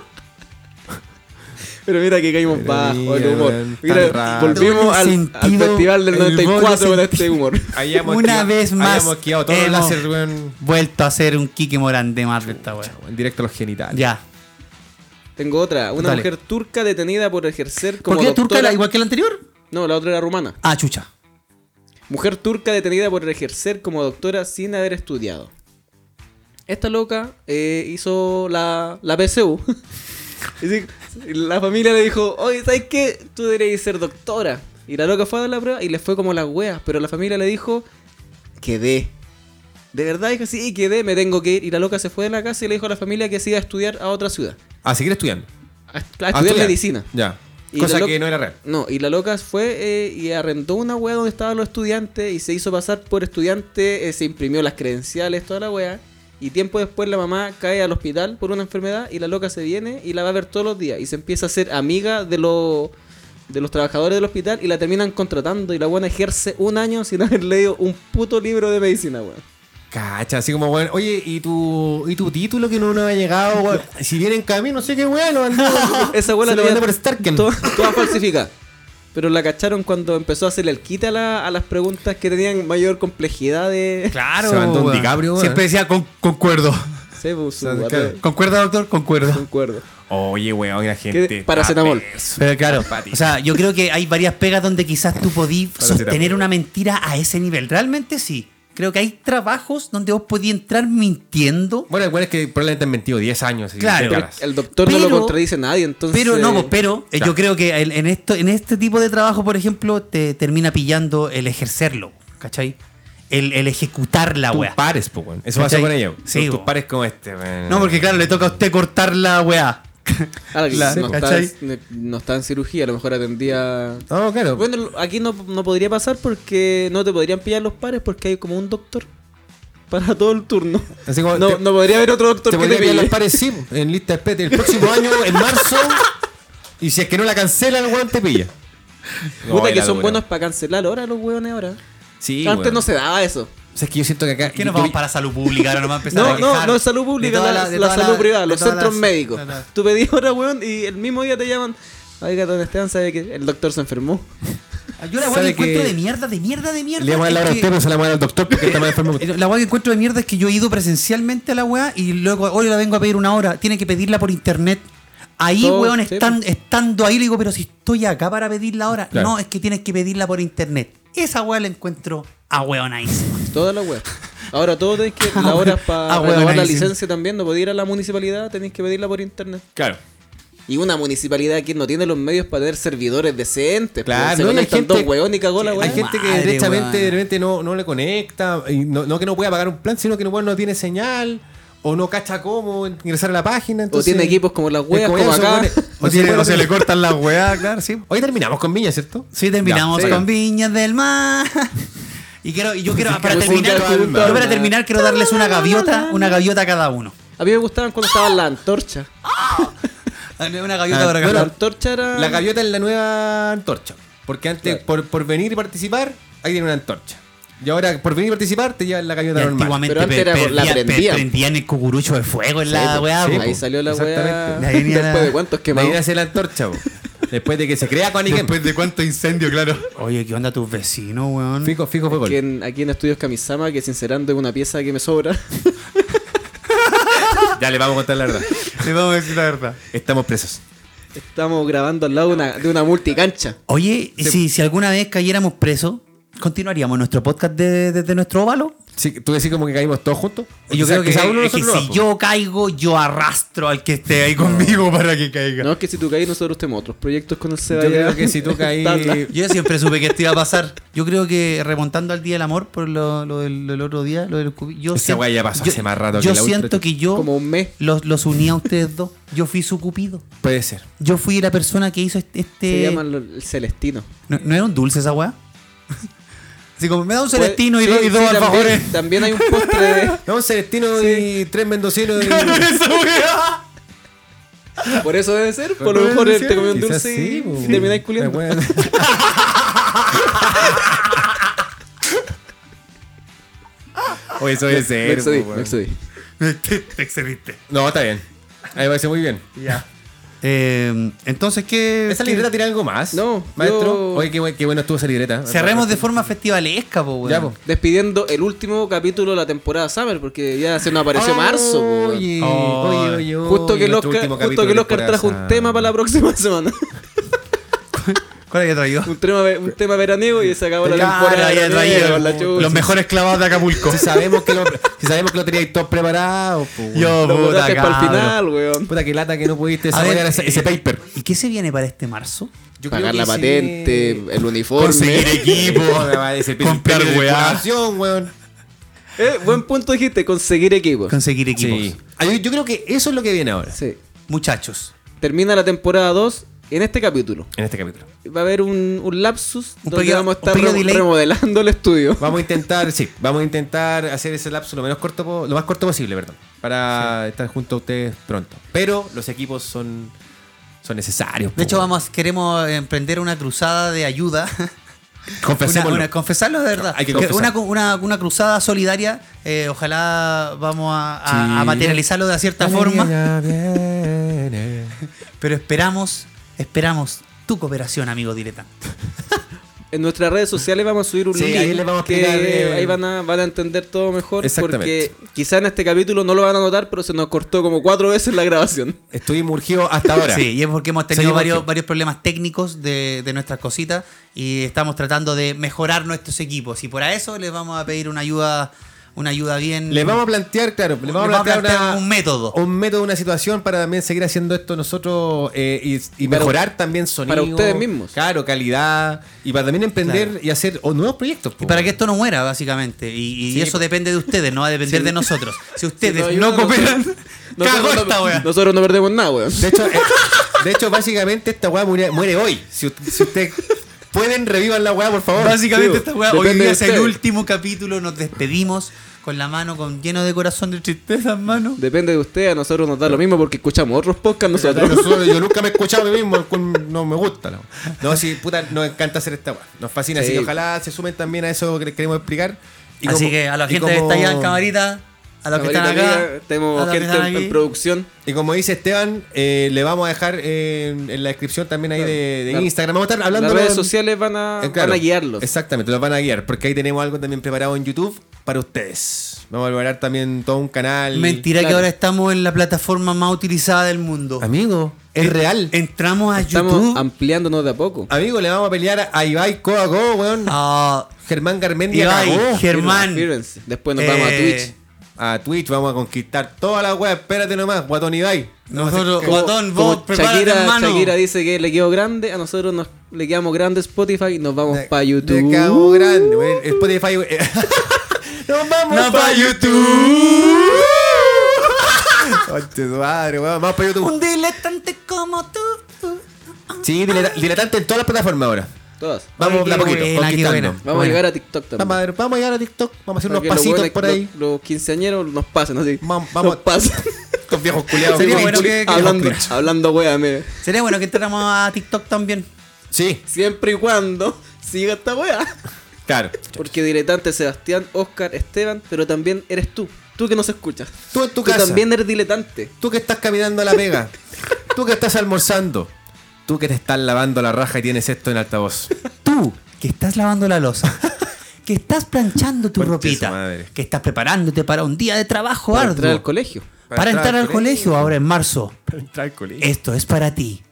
B: Pero mira que caímos
D: Pero
B: bajo el
D: mira,
B: humor.
D: weón,
B: Mira,
D: tan raro.
B: volvimos al, al
C: Sentido,
B: festival del
C: el humor de
B: 94 con este
C: sentido.
B: humor.
D: Hayamos
C: Una
D: esquivado-
C: vez más,
D: Hayamos esquivado todo el
C: hemos-
D: láser, weón.
C: Vuelto a hacer un Kike Morandé más de esta weá.
D: En directo a los genitales.
C: Ya.
B: Tengo otra. Una
C: Dale.
B: mujer turca detenida por ejercer como
C: ¿Por qué turca
B: doctora-
C: era igual que la anterior?
B: No, la otra era rumana.
C: Ah, chucha.
B: Mujer turca detenida por ejercer como doctora sin haber estudiado. Esta loca eh, hizo la, la PSU. Y sí, la familia le dijo, oye, ¿sabes qué? Tú deberías ser doctora. Y la loca fue a dar la prueba y le fue como las weas. Pero la familia le dijo, quedé. De verdad dijo, sí, quedé, me tengo que ir. Y la loca se fue de la casa y le dijo a la familia que se iba a estudiar a otra ciudad.
D: A seguir estudiando.
B: A, a estudiar medicina.
D: Ya.
B: Y
D: Cosa
B: la loca-
D: que no era real.
B: No, y la loca fue eh, y arrendó una wea donde estaban los estudiantes y se hizo pasar por estudiante, eh, se imprimió las credenciales, toda la wea. Y tiempo después la mamá cae al hospital por una enfermedad y la loca se viene y la va a ver todos los días y se empieza a ser amiga de los de los trabajadores del hospital y la terminan contratando y la buena ejerce un año sin haber leído un puto libro de medicina, weón.
D: Cacha, así como, weón, oye, ¿y tu, ¿y tu título que no nos ha llegado, weón? Si viene en camino, no sé qué weón, lo mandó.
B: Esa abuela
D: Se lo
B: tenía
D: mandó por Starken.
B: to- Toda, falsificada. Pero la cacharon cuando empezó a hacerle el quita a, la- a las preguntas que tenían mayor complejidad de...
C: Claro.
D: Se mandó un
C: weón.
D: DiCaprio, weón.
C: Siempre decía, con, concuerdo.
B: Sí, pues, su
D: O sea,
B: guata-
D: claro.
C: ¿Concuerda, doctor? Concuerdo.
B: concuerdo.
D: Oye, weón, la gente.
B: ¿Qué? Paracetamol.
D: está peso.
C: Pero claro,
D: Pati.
C: o sea, yo creo que hay varias pegas donde quizás tú podís
D: Para
C: sostener
D: terapia.
C: una mentira a ese nivel. Realmente sí. Creo que hay trabajos donde vos podís entrar mintiendo.
D: Bueno, el weón es que probablemente han mentido 10 años. y
C: Claro.
D: décadas.
B: El doctor no
C: Pero-
B: lo contradice nadie, entonces.
C: Pero no, pues, pero eh,
D: Claro.
C: yo creo que el- en, esto, en este tipo de trabajo, por ejemplo, te termina pillando el ejercerlo, ¿cachai? El, el ejecutar la
D: Tus
C: weá.
D: pares, po, weón. Eso pasó
C: ¿Cachai?
D: con ellos.
C: Sí,
D: Tus
C: po.
D: pares como este, weón.
C: No, porque claro, le toca a usted cortar la weá.
B: Ahora que
C: La-
B: no, está,
C: ¿cachai?
B: no está en cirugía, a lo mejor atendía.
D: No, claro.
B: Bueno, lo- aquí no, no podría pasar porque no te podrían pillar los pares porque hay como un doctor para todo el turno.
D: Así como
B: no,
D: te-
B: no podría haber otro doctor que
D: te podría
B: te
D: pillar
B: pille.
D: los pares, sí, po, en lista de espera. El próximo año, en marzo. Y si es que no la cancela, el weón te pilla.
B: Puta
D: Ay,
B: que
D: la
B: son
D: locura.
B: buenos para cancelar ahora los hueones ahora.
D: Sí,
B: Antes
D: weón.
B: no se daba eso.
D: O sea, es que yo siento que acá.
C: ¿Qué nos
D: yo-
C: vamos para salud pública? Ahora nos va a empezar
B: No,
C: a
B: no,
C: quejar
B: no es salud
C: de
B: pública,
C: toda
B: la,
C: de
B: la
C: toda
B: salud
C: la-
B: privada,
C: de
B: los
C: todas
B: centros
C: las-
B: médicos.
C: de todas-
B: Tú pedís hora, weón, y el mismo día te llaman. Oiga, don Esteban sabe que el doctor se enfermó.
C: Yo la weá que
B: ¿Sabe
C: encuentro
B: que-
C: de mierda, de mierda, de mierda.
D: Le vamos a
C: es
D: hablar a
C: que- eh,
D: usted, pero se la vamos a dar al doctor porque está más enfermo. que usted.
C: La weá que encuentro de mierda es que yo he ido presencialmente a la weá y luego hoy la vengo a pedir una hora. Tiene que pedirla por internet. Ahí,
B: Todo,
C: weón,
B: sí,
C: están, estando ahí, le digo, pero si estoy acá para pedirla ahora.
D: Claro.
C: No, es que tienes que pedirla por internet. Esa weá la encuentro a weón ahí.
B: Toda la web. Ahora todo tenés que. La hora para
C: Ah,
B: renovar la
C: huevonadísimo.
B: licencia también. No podés ir a la municipalidad, tenés que pedirla por internet.
D: Claro.
B: Y una municipalidad que no tiene los medios para tener servidores decentes.
D: Claro,
B: pues, se
D: no, y hay
B: conectan
D: gente-
B: dos hueones y cagó la
D: Hay
B: hueá.
D: gente que
C: Madre,
D: directamente
C: weón.
D: de repente no, no le conecta, y no, no que no pueda pagar un plan, sino que no, no tiene señal, o no cacha cómo ingresar a la página. entonces-
B: tiene equipos como las
D: Es
B: weas, como
D: esos
B: acá.
D: weones.
C: O tiene- o se le cortan las weas, claro, sí.
D: Hoy terminamos con Viña, ¿cierto?
C: Sí, terminamos
D: Ya, sí.
C: con Viñas del Mar. Y quiero, y yo quiero, para
D: Junto
C: terminar,
D: al
C: yo
D: mar.
C: para terminar quiero darles una gaviota, una gaviota a cada uno.
B: A mí me gustaban cuando estaban las antorchas.
C: Una gaviota
D: Ah,
C: para
B: la
C: cada uno.
B: antorcha era.
D: La gaviota es la nueva antorcha. Porque antes,
B: Claro.
D: por, por venir y participar, ahí tiene una antorcha. Y ahora, por venir y participar, te llevan la gaviota
C: Y
D: normal.
C: antiguamente
B: Pero antes era-
C: per-
B: la
C: per-
B: prendían.
C: prendían el cucurucho de fuego en
B: Sí,
C: la
B: po,
C: weá.
B: sí,
C: po.
D: po.
B: ahí salió la weá.
D: Exactamente.
C: De ahí venía
B: Después
C: la-
B: de cuántos
D: La idea
B: quemados.
D: es la antorcha, po. Después de que se crea con Ikem.
E: Después de cuánto incendio, claro.
C: Oye, ¿qué onda tus vecinos, weón?
D: Fijo, fijo fue gol.
B: Aquí en, aquí en Estudios Kamisama, que sincerando es una pieza que me sobra.
D: Ya le vamos a contar la verdad.
C: Te vamos a decir la verdad.
D: Estamos presos.
B: Estamos grabando al lado de una, de una multicancha.
C: Oye, y si, si alguna vez cayéramos presos, ¿continuaríamos nuestro podcast de- desde nuestro óvalo?
D: Sí, ¿Tú decís como que caímos todos juntos?
C: Yo
D: Quizá-
C: creo que,
D: quizá uno
C: es que si
D: nosotros no, po.
C: yo caigo, yo arrastro al que esté ahí conmigo para que caiga.
B: No, es que si tú caes, nosotros tenemos otros proyectos con el Seba.
D: Yo
B: ya.
D: creo que si tú caí-
B: Tabla.
C: Yo siempre supe que esto iba a pasar. Yo creo que remontando al Día del Amor por lo, lo del, del otro día, lo del cubi- yo
D: Esa
C: siento-
D: weá ya pasó
C: yo-
D: hace más rato que
C: Yo
D: la ultra,
C: siento que yo
B: Como un mes.
C: los, los uní a ustedes dos. Yo fui su cupido.
D: Puede ser.
C: Yo fui la persona que hizo este...
D: eh,
B: Se llaman los- el Celestino.
C: ¿No, no era un dulce esa weá? Así como me da un
B: Pues,
C: celestino y,
B: sí,
C: do- y
B: sí,
C: dos
B: también-
C: alfajores.
B: También, hay un postre de.
D: No, un Celestino y tres mendocinos. Y...
C: Claro, esa weá.
B: Por eso debe ser. Por lo mejor él te comió un
D: Quizás
B: dulce
D: sí, pues,
B: y
D: po.
B: termináis culiando.
D: La wea- Oye, eso debe
B: Me
D: ser.
B: excedí,
D: po,
B: me
D: pues, weón.
B: excedí.
C: Te, te excediste.
D: No, está bien. Ahí me parece muy bien.
C: Ya. Eh, entonces, ¿qué...?
D: ¿Esa
C: qué-
D: libreta tiene algo más?
B: No,
D: maestro.
B: yo-
D: Oye, qué, buen- qué bueno estuvo esa libreta.
C: Cerremos de forma festivalesca, po, weón.
D: Ya, po.
B: Despidiendo el último capítulo de la temporada Summer, porque ya se nos apareció marzo. po, weón.
D: Oye,
C: Oh.
D: oye, oye, oye.
B: Justo que el
D: nuestro
B: Oscar,
D: último
B: justo
D: capítulo ah.
B: que el
D: de
B: Oscar trajo un
D: temporada.
B: tema para la próxima semana.
C: ¿Cuál había traído?
B: un, tema, ve- un tema veraniego y se acabó la
C: Claro,
B: temporada.
C: había
B: veraniego,
C: traído
B: la chucha.
C: los mejores clavados de Acapulco.
D: Si sabemos que lo, si sabemos que lo teníais todo preparado, po, weón.
C: Yo,
B: Lo
C: puta,
B: botaste para el
C: cabro.
B: final, weón.
D: Puta, qué lata que no pudiste
C: A
D: desarrollar
C: ver,
D: ese, ese
C: eh,
D: paper.
C: ¿Y qué se viene para este marzo?
D: Yo creo
B: Pagar
D: que
B: la
D: sí.
B: patente, el uniforme.
E: Conseguir equipo.
D: comprar
E: Comprar weá.
D: weón.
B: Eh, buen punto dijiste, conseguir equipo.
C: Conseguir equipos.
D: Sí. Ah, Yo, yo creo que eso es lo que viene ahora.
B: Sí.
C: Muchachos,
B: Termina la temporada 2 en este capítulo.
D: En este capítulo.
B: Va a haber un, un lapsus
C: Un
B: donde
C: pequeño-
B: vamos a
C: un
B: estar
C: pequeño
B: re-
C: delay.
B: remodelando el estudio.
D: Vamos a intentar, sí, vamos a intentar hacer ese lapso lo menos corto, po- lo más corto posible, perdón, para estar junto a ustedes pronto. Pero los equipos son, son necesarios.
C: de hecho vamos queremos emprender una cruzada de ayuda. Una,
D: confesemos.
C: una- confesarlo de verdad.
D: Hay que
C: Que una,
D: confesar.
C: cu- una, una cruzada solidaria. eh, ojalá vamos a, a-
D: Sí.
C: a materializarlo de cierta forma. Pero esperamos, esperamos tu cooperación, amigo Dileta.
B: En nuestras redes sociales vamos a subir un
D: Sí,
B: link
D: ahí les vamos a
B: que
D: explicar, eh,
B: ahí van a, van a entender todo mejor
D: Exactamente.
B: porque quizá en este capítulo no lo van a notar, pero se nos cortó como cuatro veces la grabación.
D: Estuvimos urgidos hasta ahora.
C: Sí, y es porque hemos tenido
D: Seguimos
C: varios,
D: aquí.
C: varios problemas técnicos de, de nuestras cositas y estamos tratando de mejorar nuestros equipos. Y por eso les vamos a pedir una ayuda, una ayuda bien.
D: Les vamos a plantear, claro, les vamos, a plantear, una-
C: un método.
D: Un método, una situación para también seguir haciendo esto nosotros eh, y, y
B: Para-
D: mejorar también sonido.
B: para ustedes mismos.
D: Claro, calidad. Y para también emprender
C: Claro.
D: y hacer oh, nuevos proyectos.
C: Y
D: po.
B: Pues.
C: para que esto no muera, básicamente. Y, y
D: Sí,
C: eso
D: po.
C: depende de ustedes, no va a depender de nosotros. Si ustedes
B: Si
C: no,
B: ayudan,
C: cooperan,
B: nosotros-
C: cago
B: nosotros no-
C: esta wea.
B: Nosotros no perdemos nada, weón.
D: De hecho, eh, de hecho, básicamente esta weá muere, muere hoy. Si, ut- si ustedes pueden, revivan la weá, por favor.
C: Básicamente
B: sí,
C: esta weá, hoy
B: depende
C: día
B: de
C: es el
B: ustedes.
C: último capítulo, nos despedimos con la mano con lleno de corazón de tristeza, mano.
B: Depende de usted, a nosotros nos da lo mismo porque escuchamos otros podcasts
D: Claro,
B: nosotros.
D: nosotros- yo nunca me he escuchado a mí mismo, con- no me gusta. No, no sí, puta, nos encanta hacer esta weá. Nos fascina, así
B: Sí.
D: que ojalá se sumen también a eso que les queremos explicar. Y
C: Así
D: como-
C: que a la
D: y
C: gente que
D: como-
C: está allá en camarita, A los que
B: Samuelito
C: están acá.
B: Vega, tenemos
C: a los que
B: gente
C: están
B: en-
C: aquí.
B: en producción.
D: Y como dice Esteban, eh, le vamos a dejar eh, en, en la descripción también ahí de, de
B: Claro.
D: Instagram. Vamos a estar hablando
B: Las redes
D: en-
B: sociales van a,
C: Eh,
D: en- claro.
B: van a guiarlos.
D: Exactamente, los van a guiar, porque ahí tenemos algo también preparado en YouTube para ustedes. Vamos a preparar también todo un canal.
C: Mentira que
B: Claro.
C: ahora estamos en la plataforma más utilizada del mundo.
D: Amigo, es real.
C: Entramos a
B: Estamos
C: YouTube.
B: ampliándonos de a poco.
D: Amigo, le vamos a pelear a Ibai Coa Go, weón.
C: Ah,
D: Germán Garmendia
C: Ibai.
D: cagó.
C: Germán.
B: Experience. Después nos vamos a
C: Eh,
B: Twitch.
D: A Twitch vamos a conquistar toda la web. Espérate nomás, guatón Ibai.
C: Nosotros,
B: Como-
C: guatón,
B: como
C: vos, prepárate,
B: Shakira,
C: hermano.
B: Shakira dice que le quedó grande, a nosotros nos le quedamos grande Spotify y nos vamos
D: Me-
B: para
D: Me
B: YouTube.
D: cago Eh, grande, weón. Spotify. weón. Nos vamos
C: No
D: pa'
C: pa'
D: YouTube. Conche su madre, weón. Vamos para YouTube.
C: Un diletante como tú.
D: Sí, dilata- dilatante en todas las plataformas ahora.
B: Todas.
D: Vamos
C: Ay,
D: de a
C: qué
D: poquito,
C: buena, qué
D: conquistando.
C: buena.
B: Vamos a llegar a TikTok también.
D: Vamos a, ver, vamos a llegar a TikTok, vamos a hacer
B: Para
D: unos
B: que los
D: pasitos
B: buenos-
D: por ahí.
B: Los, los quinceañeros nos pasan así.
D: Vam-
B: nos
D: vamos-
B: pasan.
D: Estos viejos culiados.
C: Sería
D: Vamos
C: bueno
D: a
C: que- que-
B: hablando,
D: Twitch.
B: hablando wea, mire.
C: Sería bueno que entráramos a TikTok también.
D: Sí,
B: Siempre y cuando siga esta wea.
D: claro.
B: Porque diletante Sebastián, Oscar, Esteban, pero también eres tú. Tú que nos escuchas.
D: Tú en tu
B: Tú
D: casa.
B: también eres diletante.
D: Tú que estás caminando a la pega. Tú que estás almorzando. Tú que te estás lavando la raja y tienes esto en altavoz.
C: Tú, que estás lavando la losa. Que estás planchando tu
D: Conche su
C: ropita.
D: madre.
C: Que estás preparándote para un día de trabajo
B: Para entrar al
C: arduo.
B: colegio.
C: Para, entrar al colegio ahora en marzo.
D: Para entrar al colegio.
C: Esto es para ti.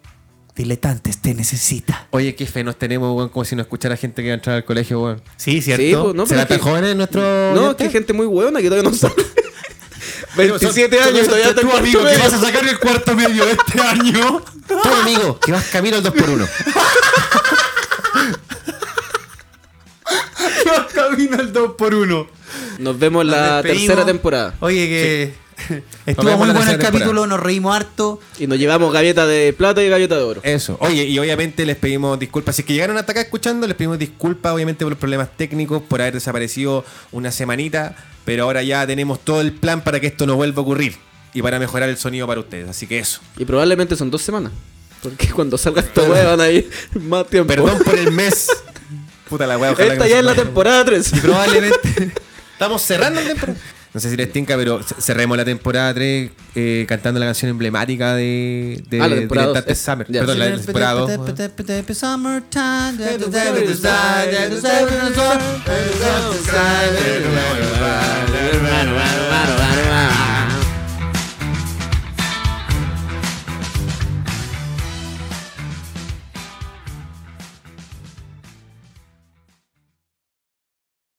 C: Diletantes te necesita.
D: Oye, qué fe nos tenemos, weón, como si no escuchara gente que va a entrar al colegio, weón.
C: Sí,
B: Sí, pues, no, pero
D: ¿Será
B: es que-
D: tan jóvenes nuestro.?
B: No, es
D: oyente?
B: que hay gente muy hueona que todavía no sabe. 27
D: Son- son-
B: años y
D: son-
B: todavía está
D: son
B: en
D: tu
B: cuarto
D: amigo que
B: medio.
D: vas a sacar el cuarto medio este año. Tu amigo que vas camino al 2x1.
C: Camino al 2x1
B: Nos vemos en la tercera temporada.
C: Oye, que
D: Nos
C: estuvo
D: vemos
C: muy
D: en la
C: bueno el
D: tercera
C: capítulo, nos reímos harto.
B: Y nos llevamos galleta de plata y galleta de oro.
D: Eso. Oye, y obviamente les pedimos disculpas. Si es que llegaron hasta acá escuchando, les pedimos disculpas, obviamente, por los problemas técnicos, por haber desaparecido una semanita. Pero ahora ya tenemos todo el plan para que esto no vuelva a ocurrir y para mejorar el sonido para ustedes. Así que eso.
B: Y probablemente son dos semanas. Porque cuando salga esta wea van a ir más tiempo.
D: Perdón por el mes. Puta la wea, ojalá que
B: Esta
D: no
B: ya
D: se
B: es la
D: vaya.
B: temporada 3.
D: Y probablemente estamos cerrando la temporada. No sé si les tinca, pero c- cerremos la temporada 3 eh, cantando la canción emblemática de, de
B: Ah, la temporada
D: Diletante
B: dos, eh,
D: Summer.
B: ya.
D: Perdón, la temporada 2.
C: Summertime.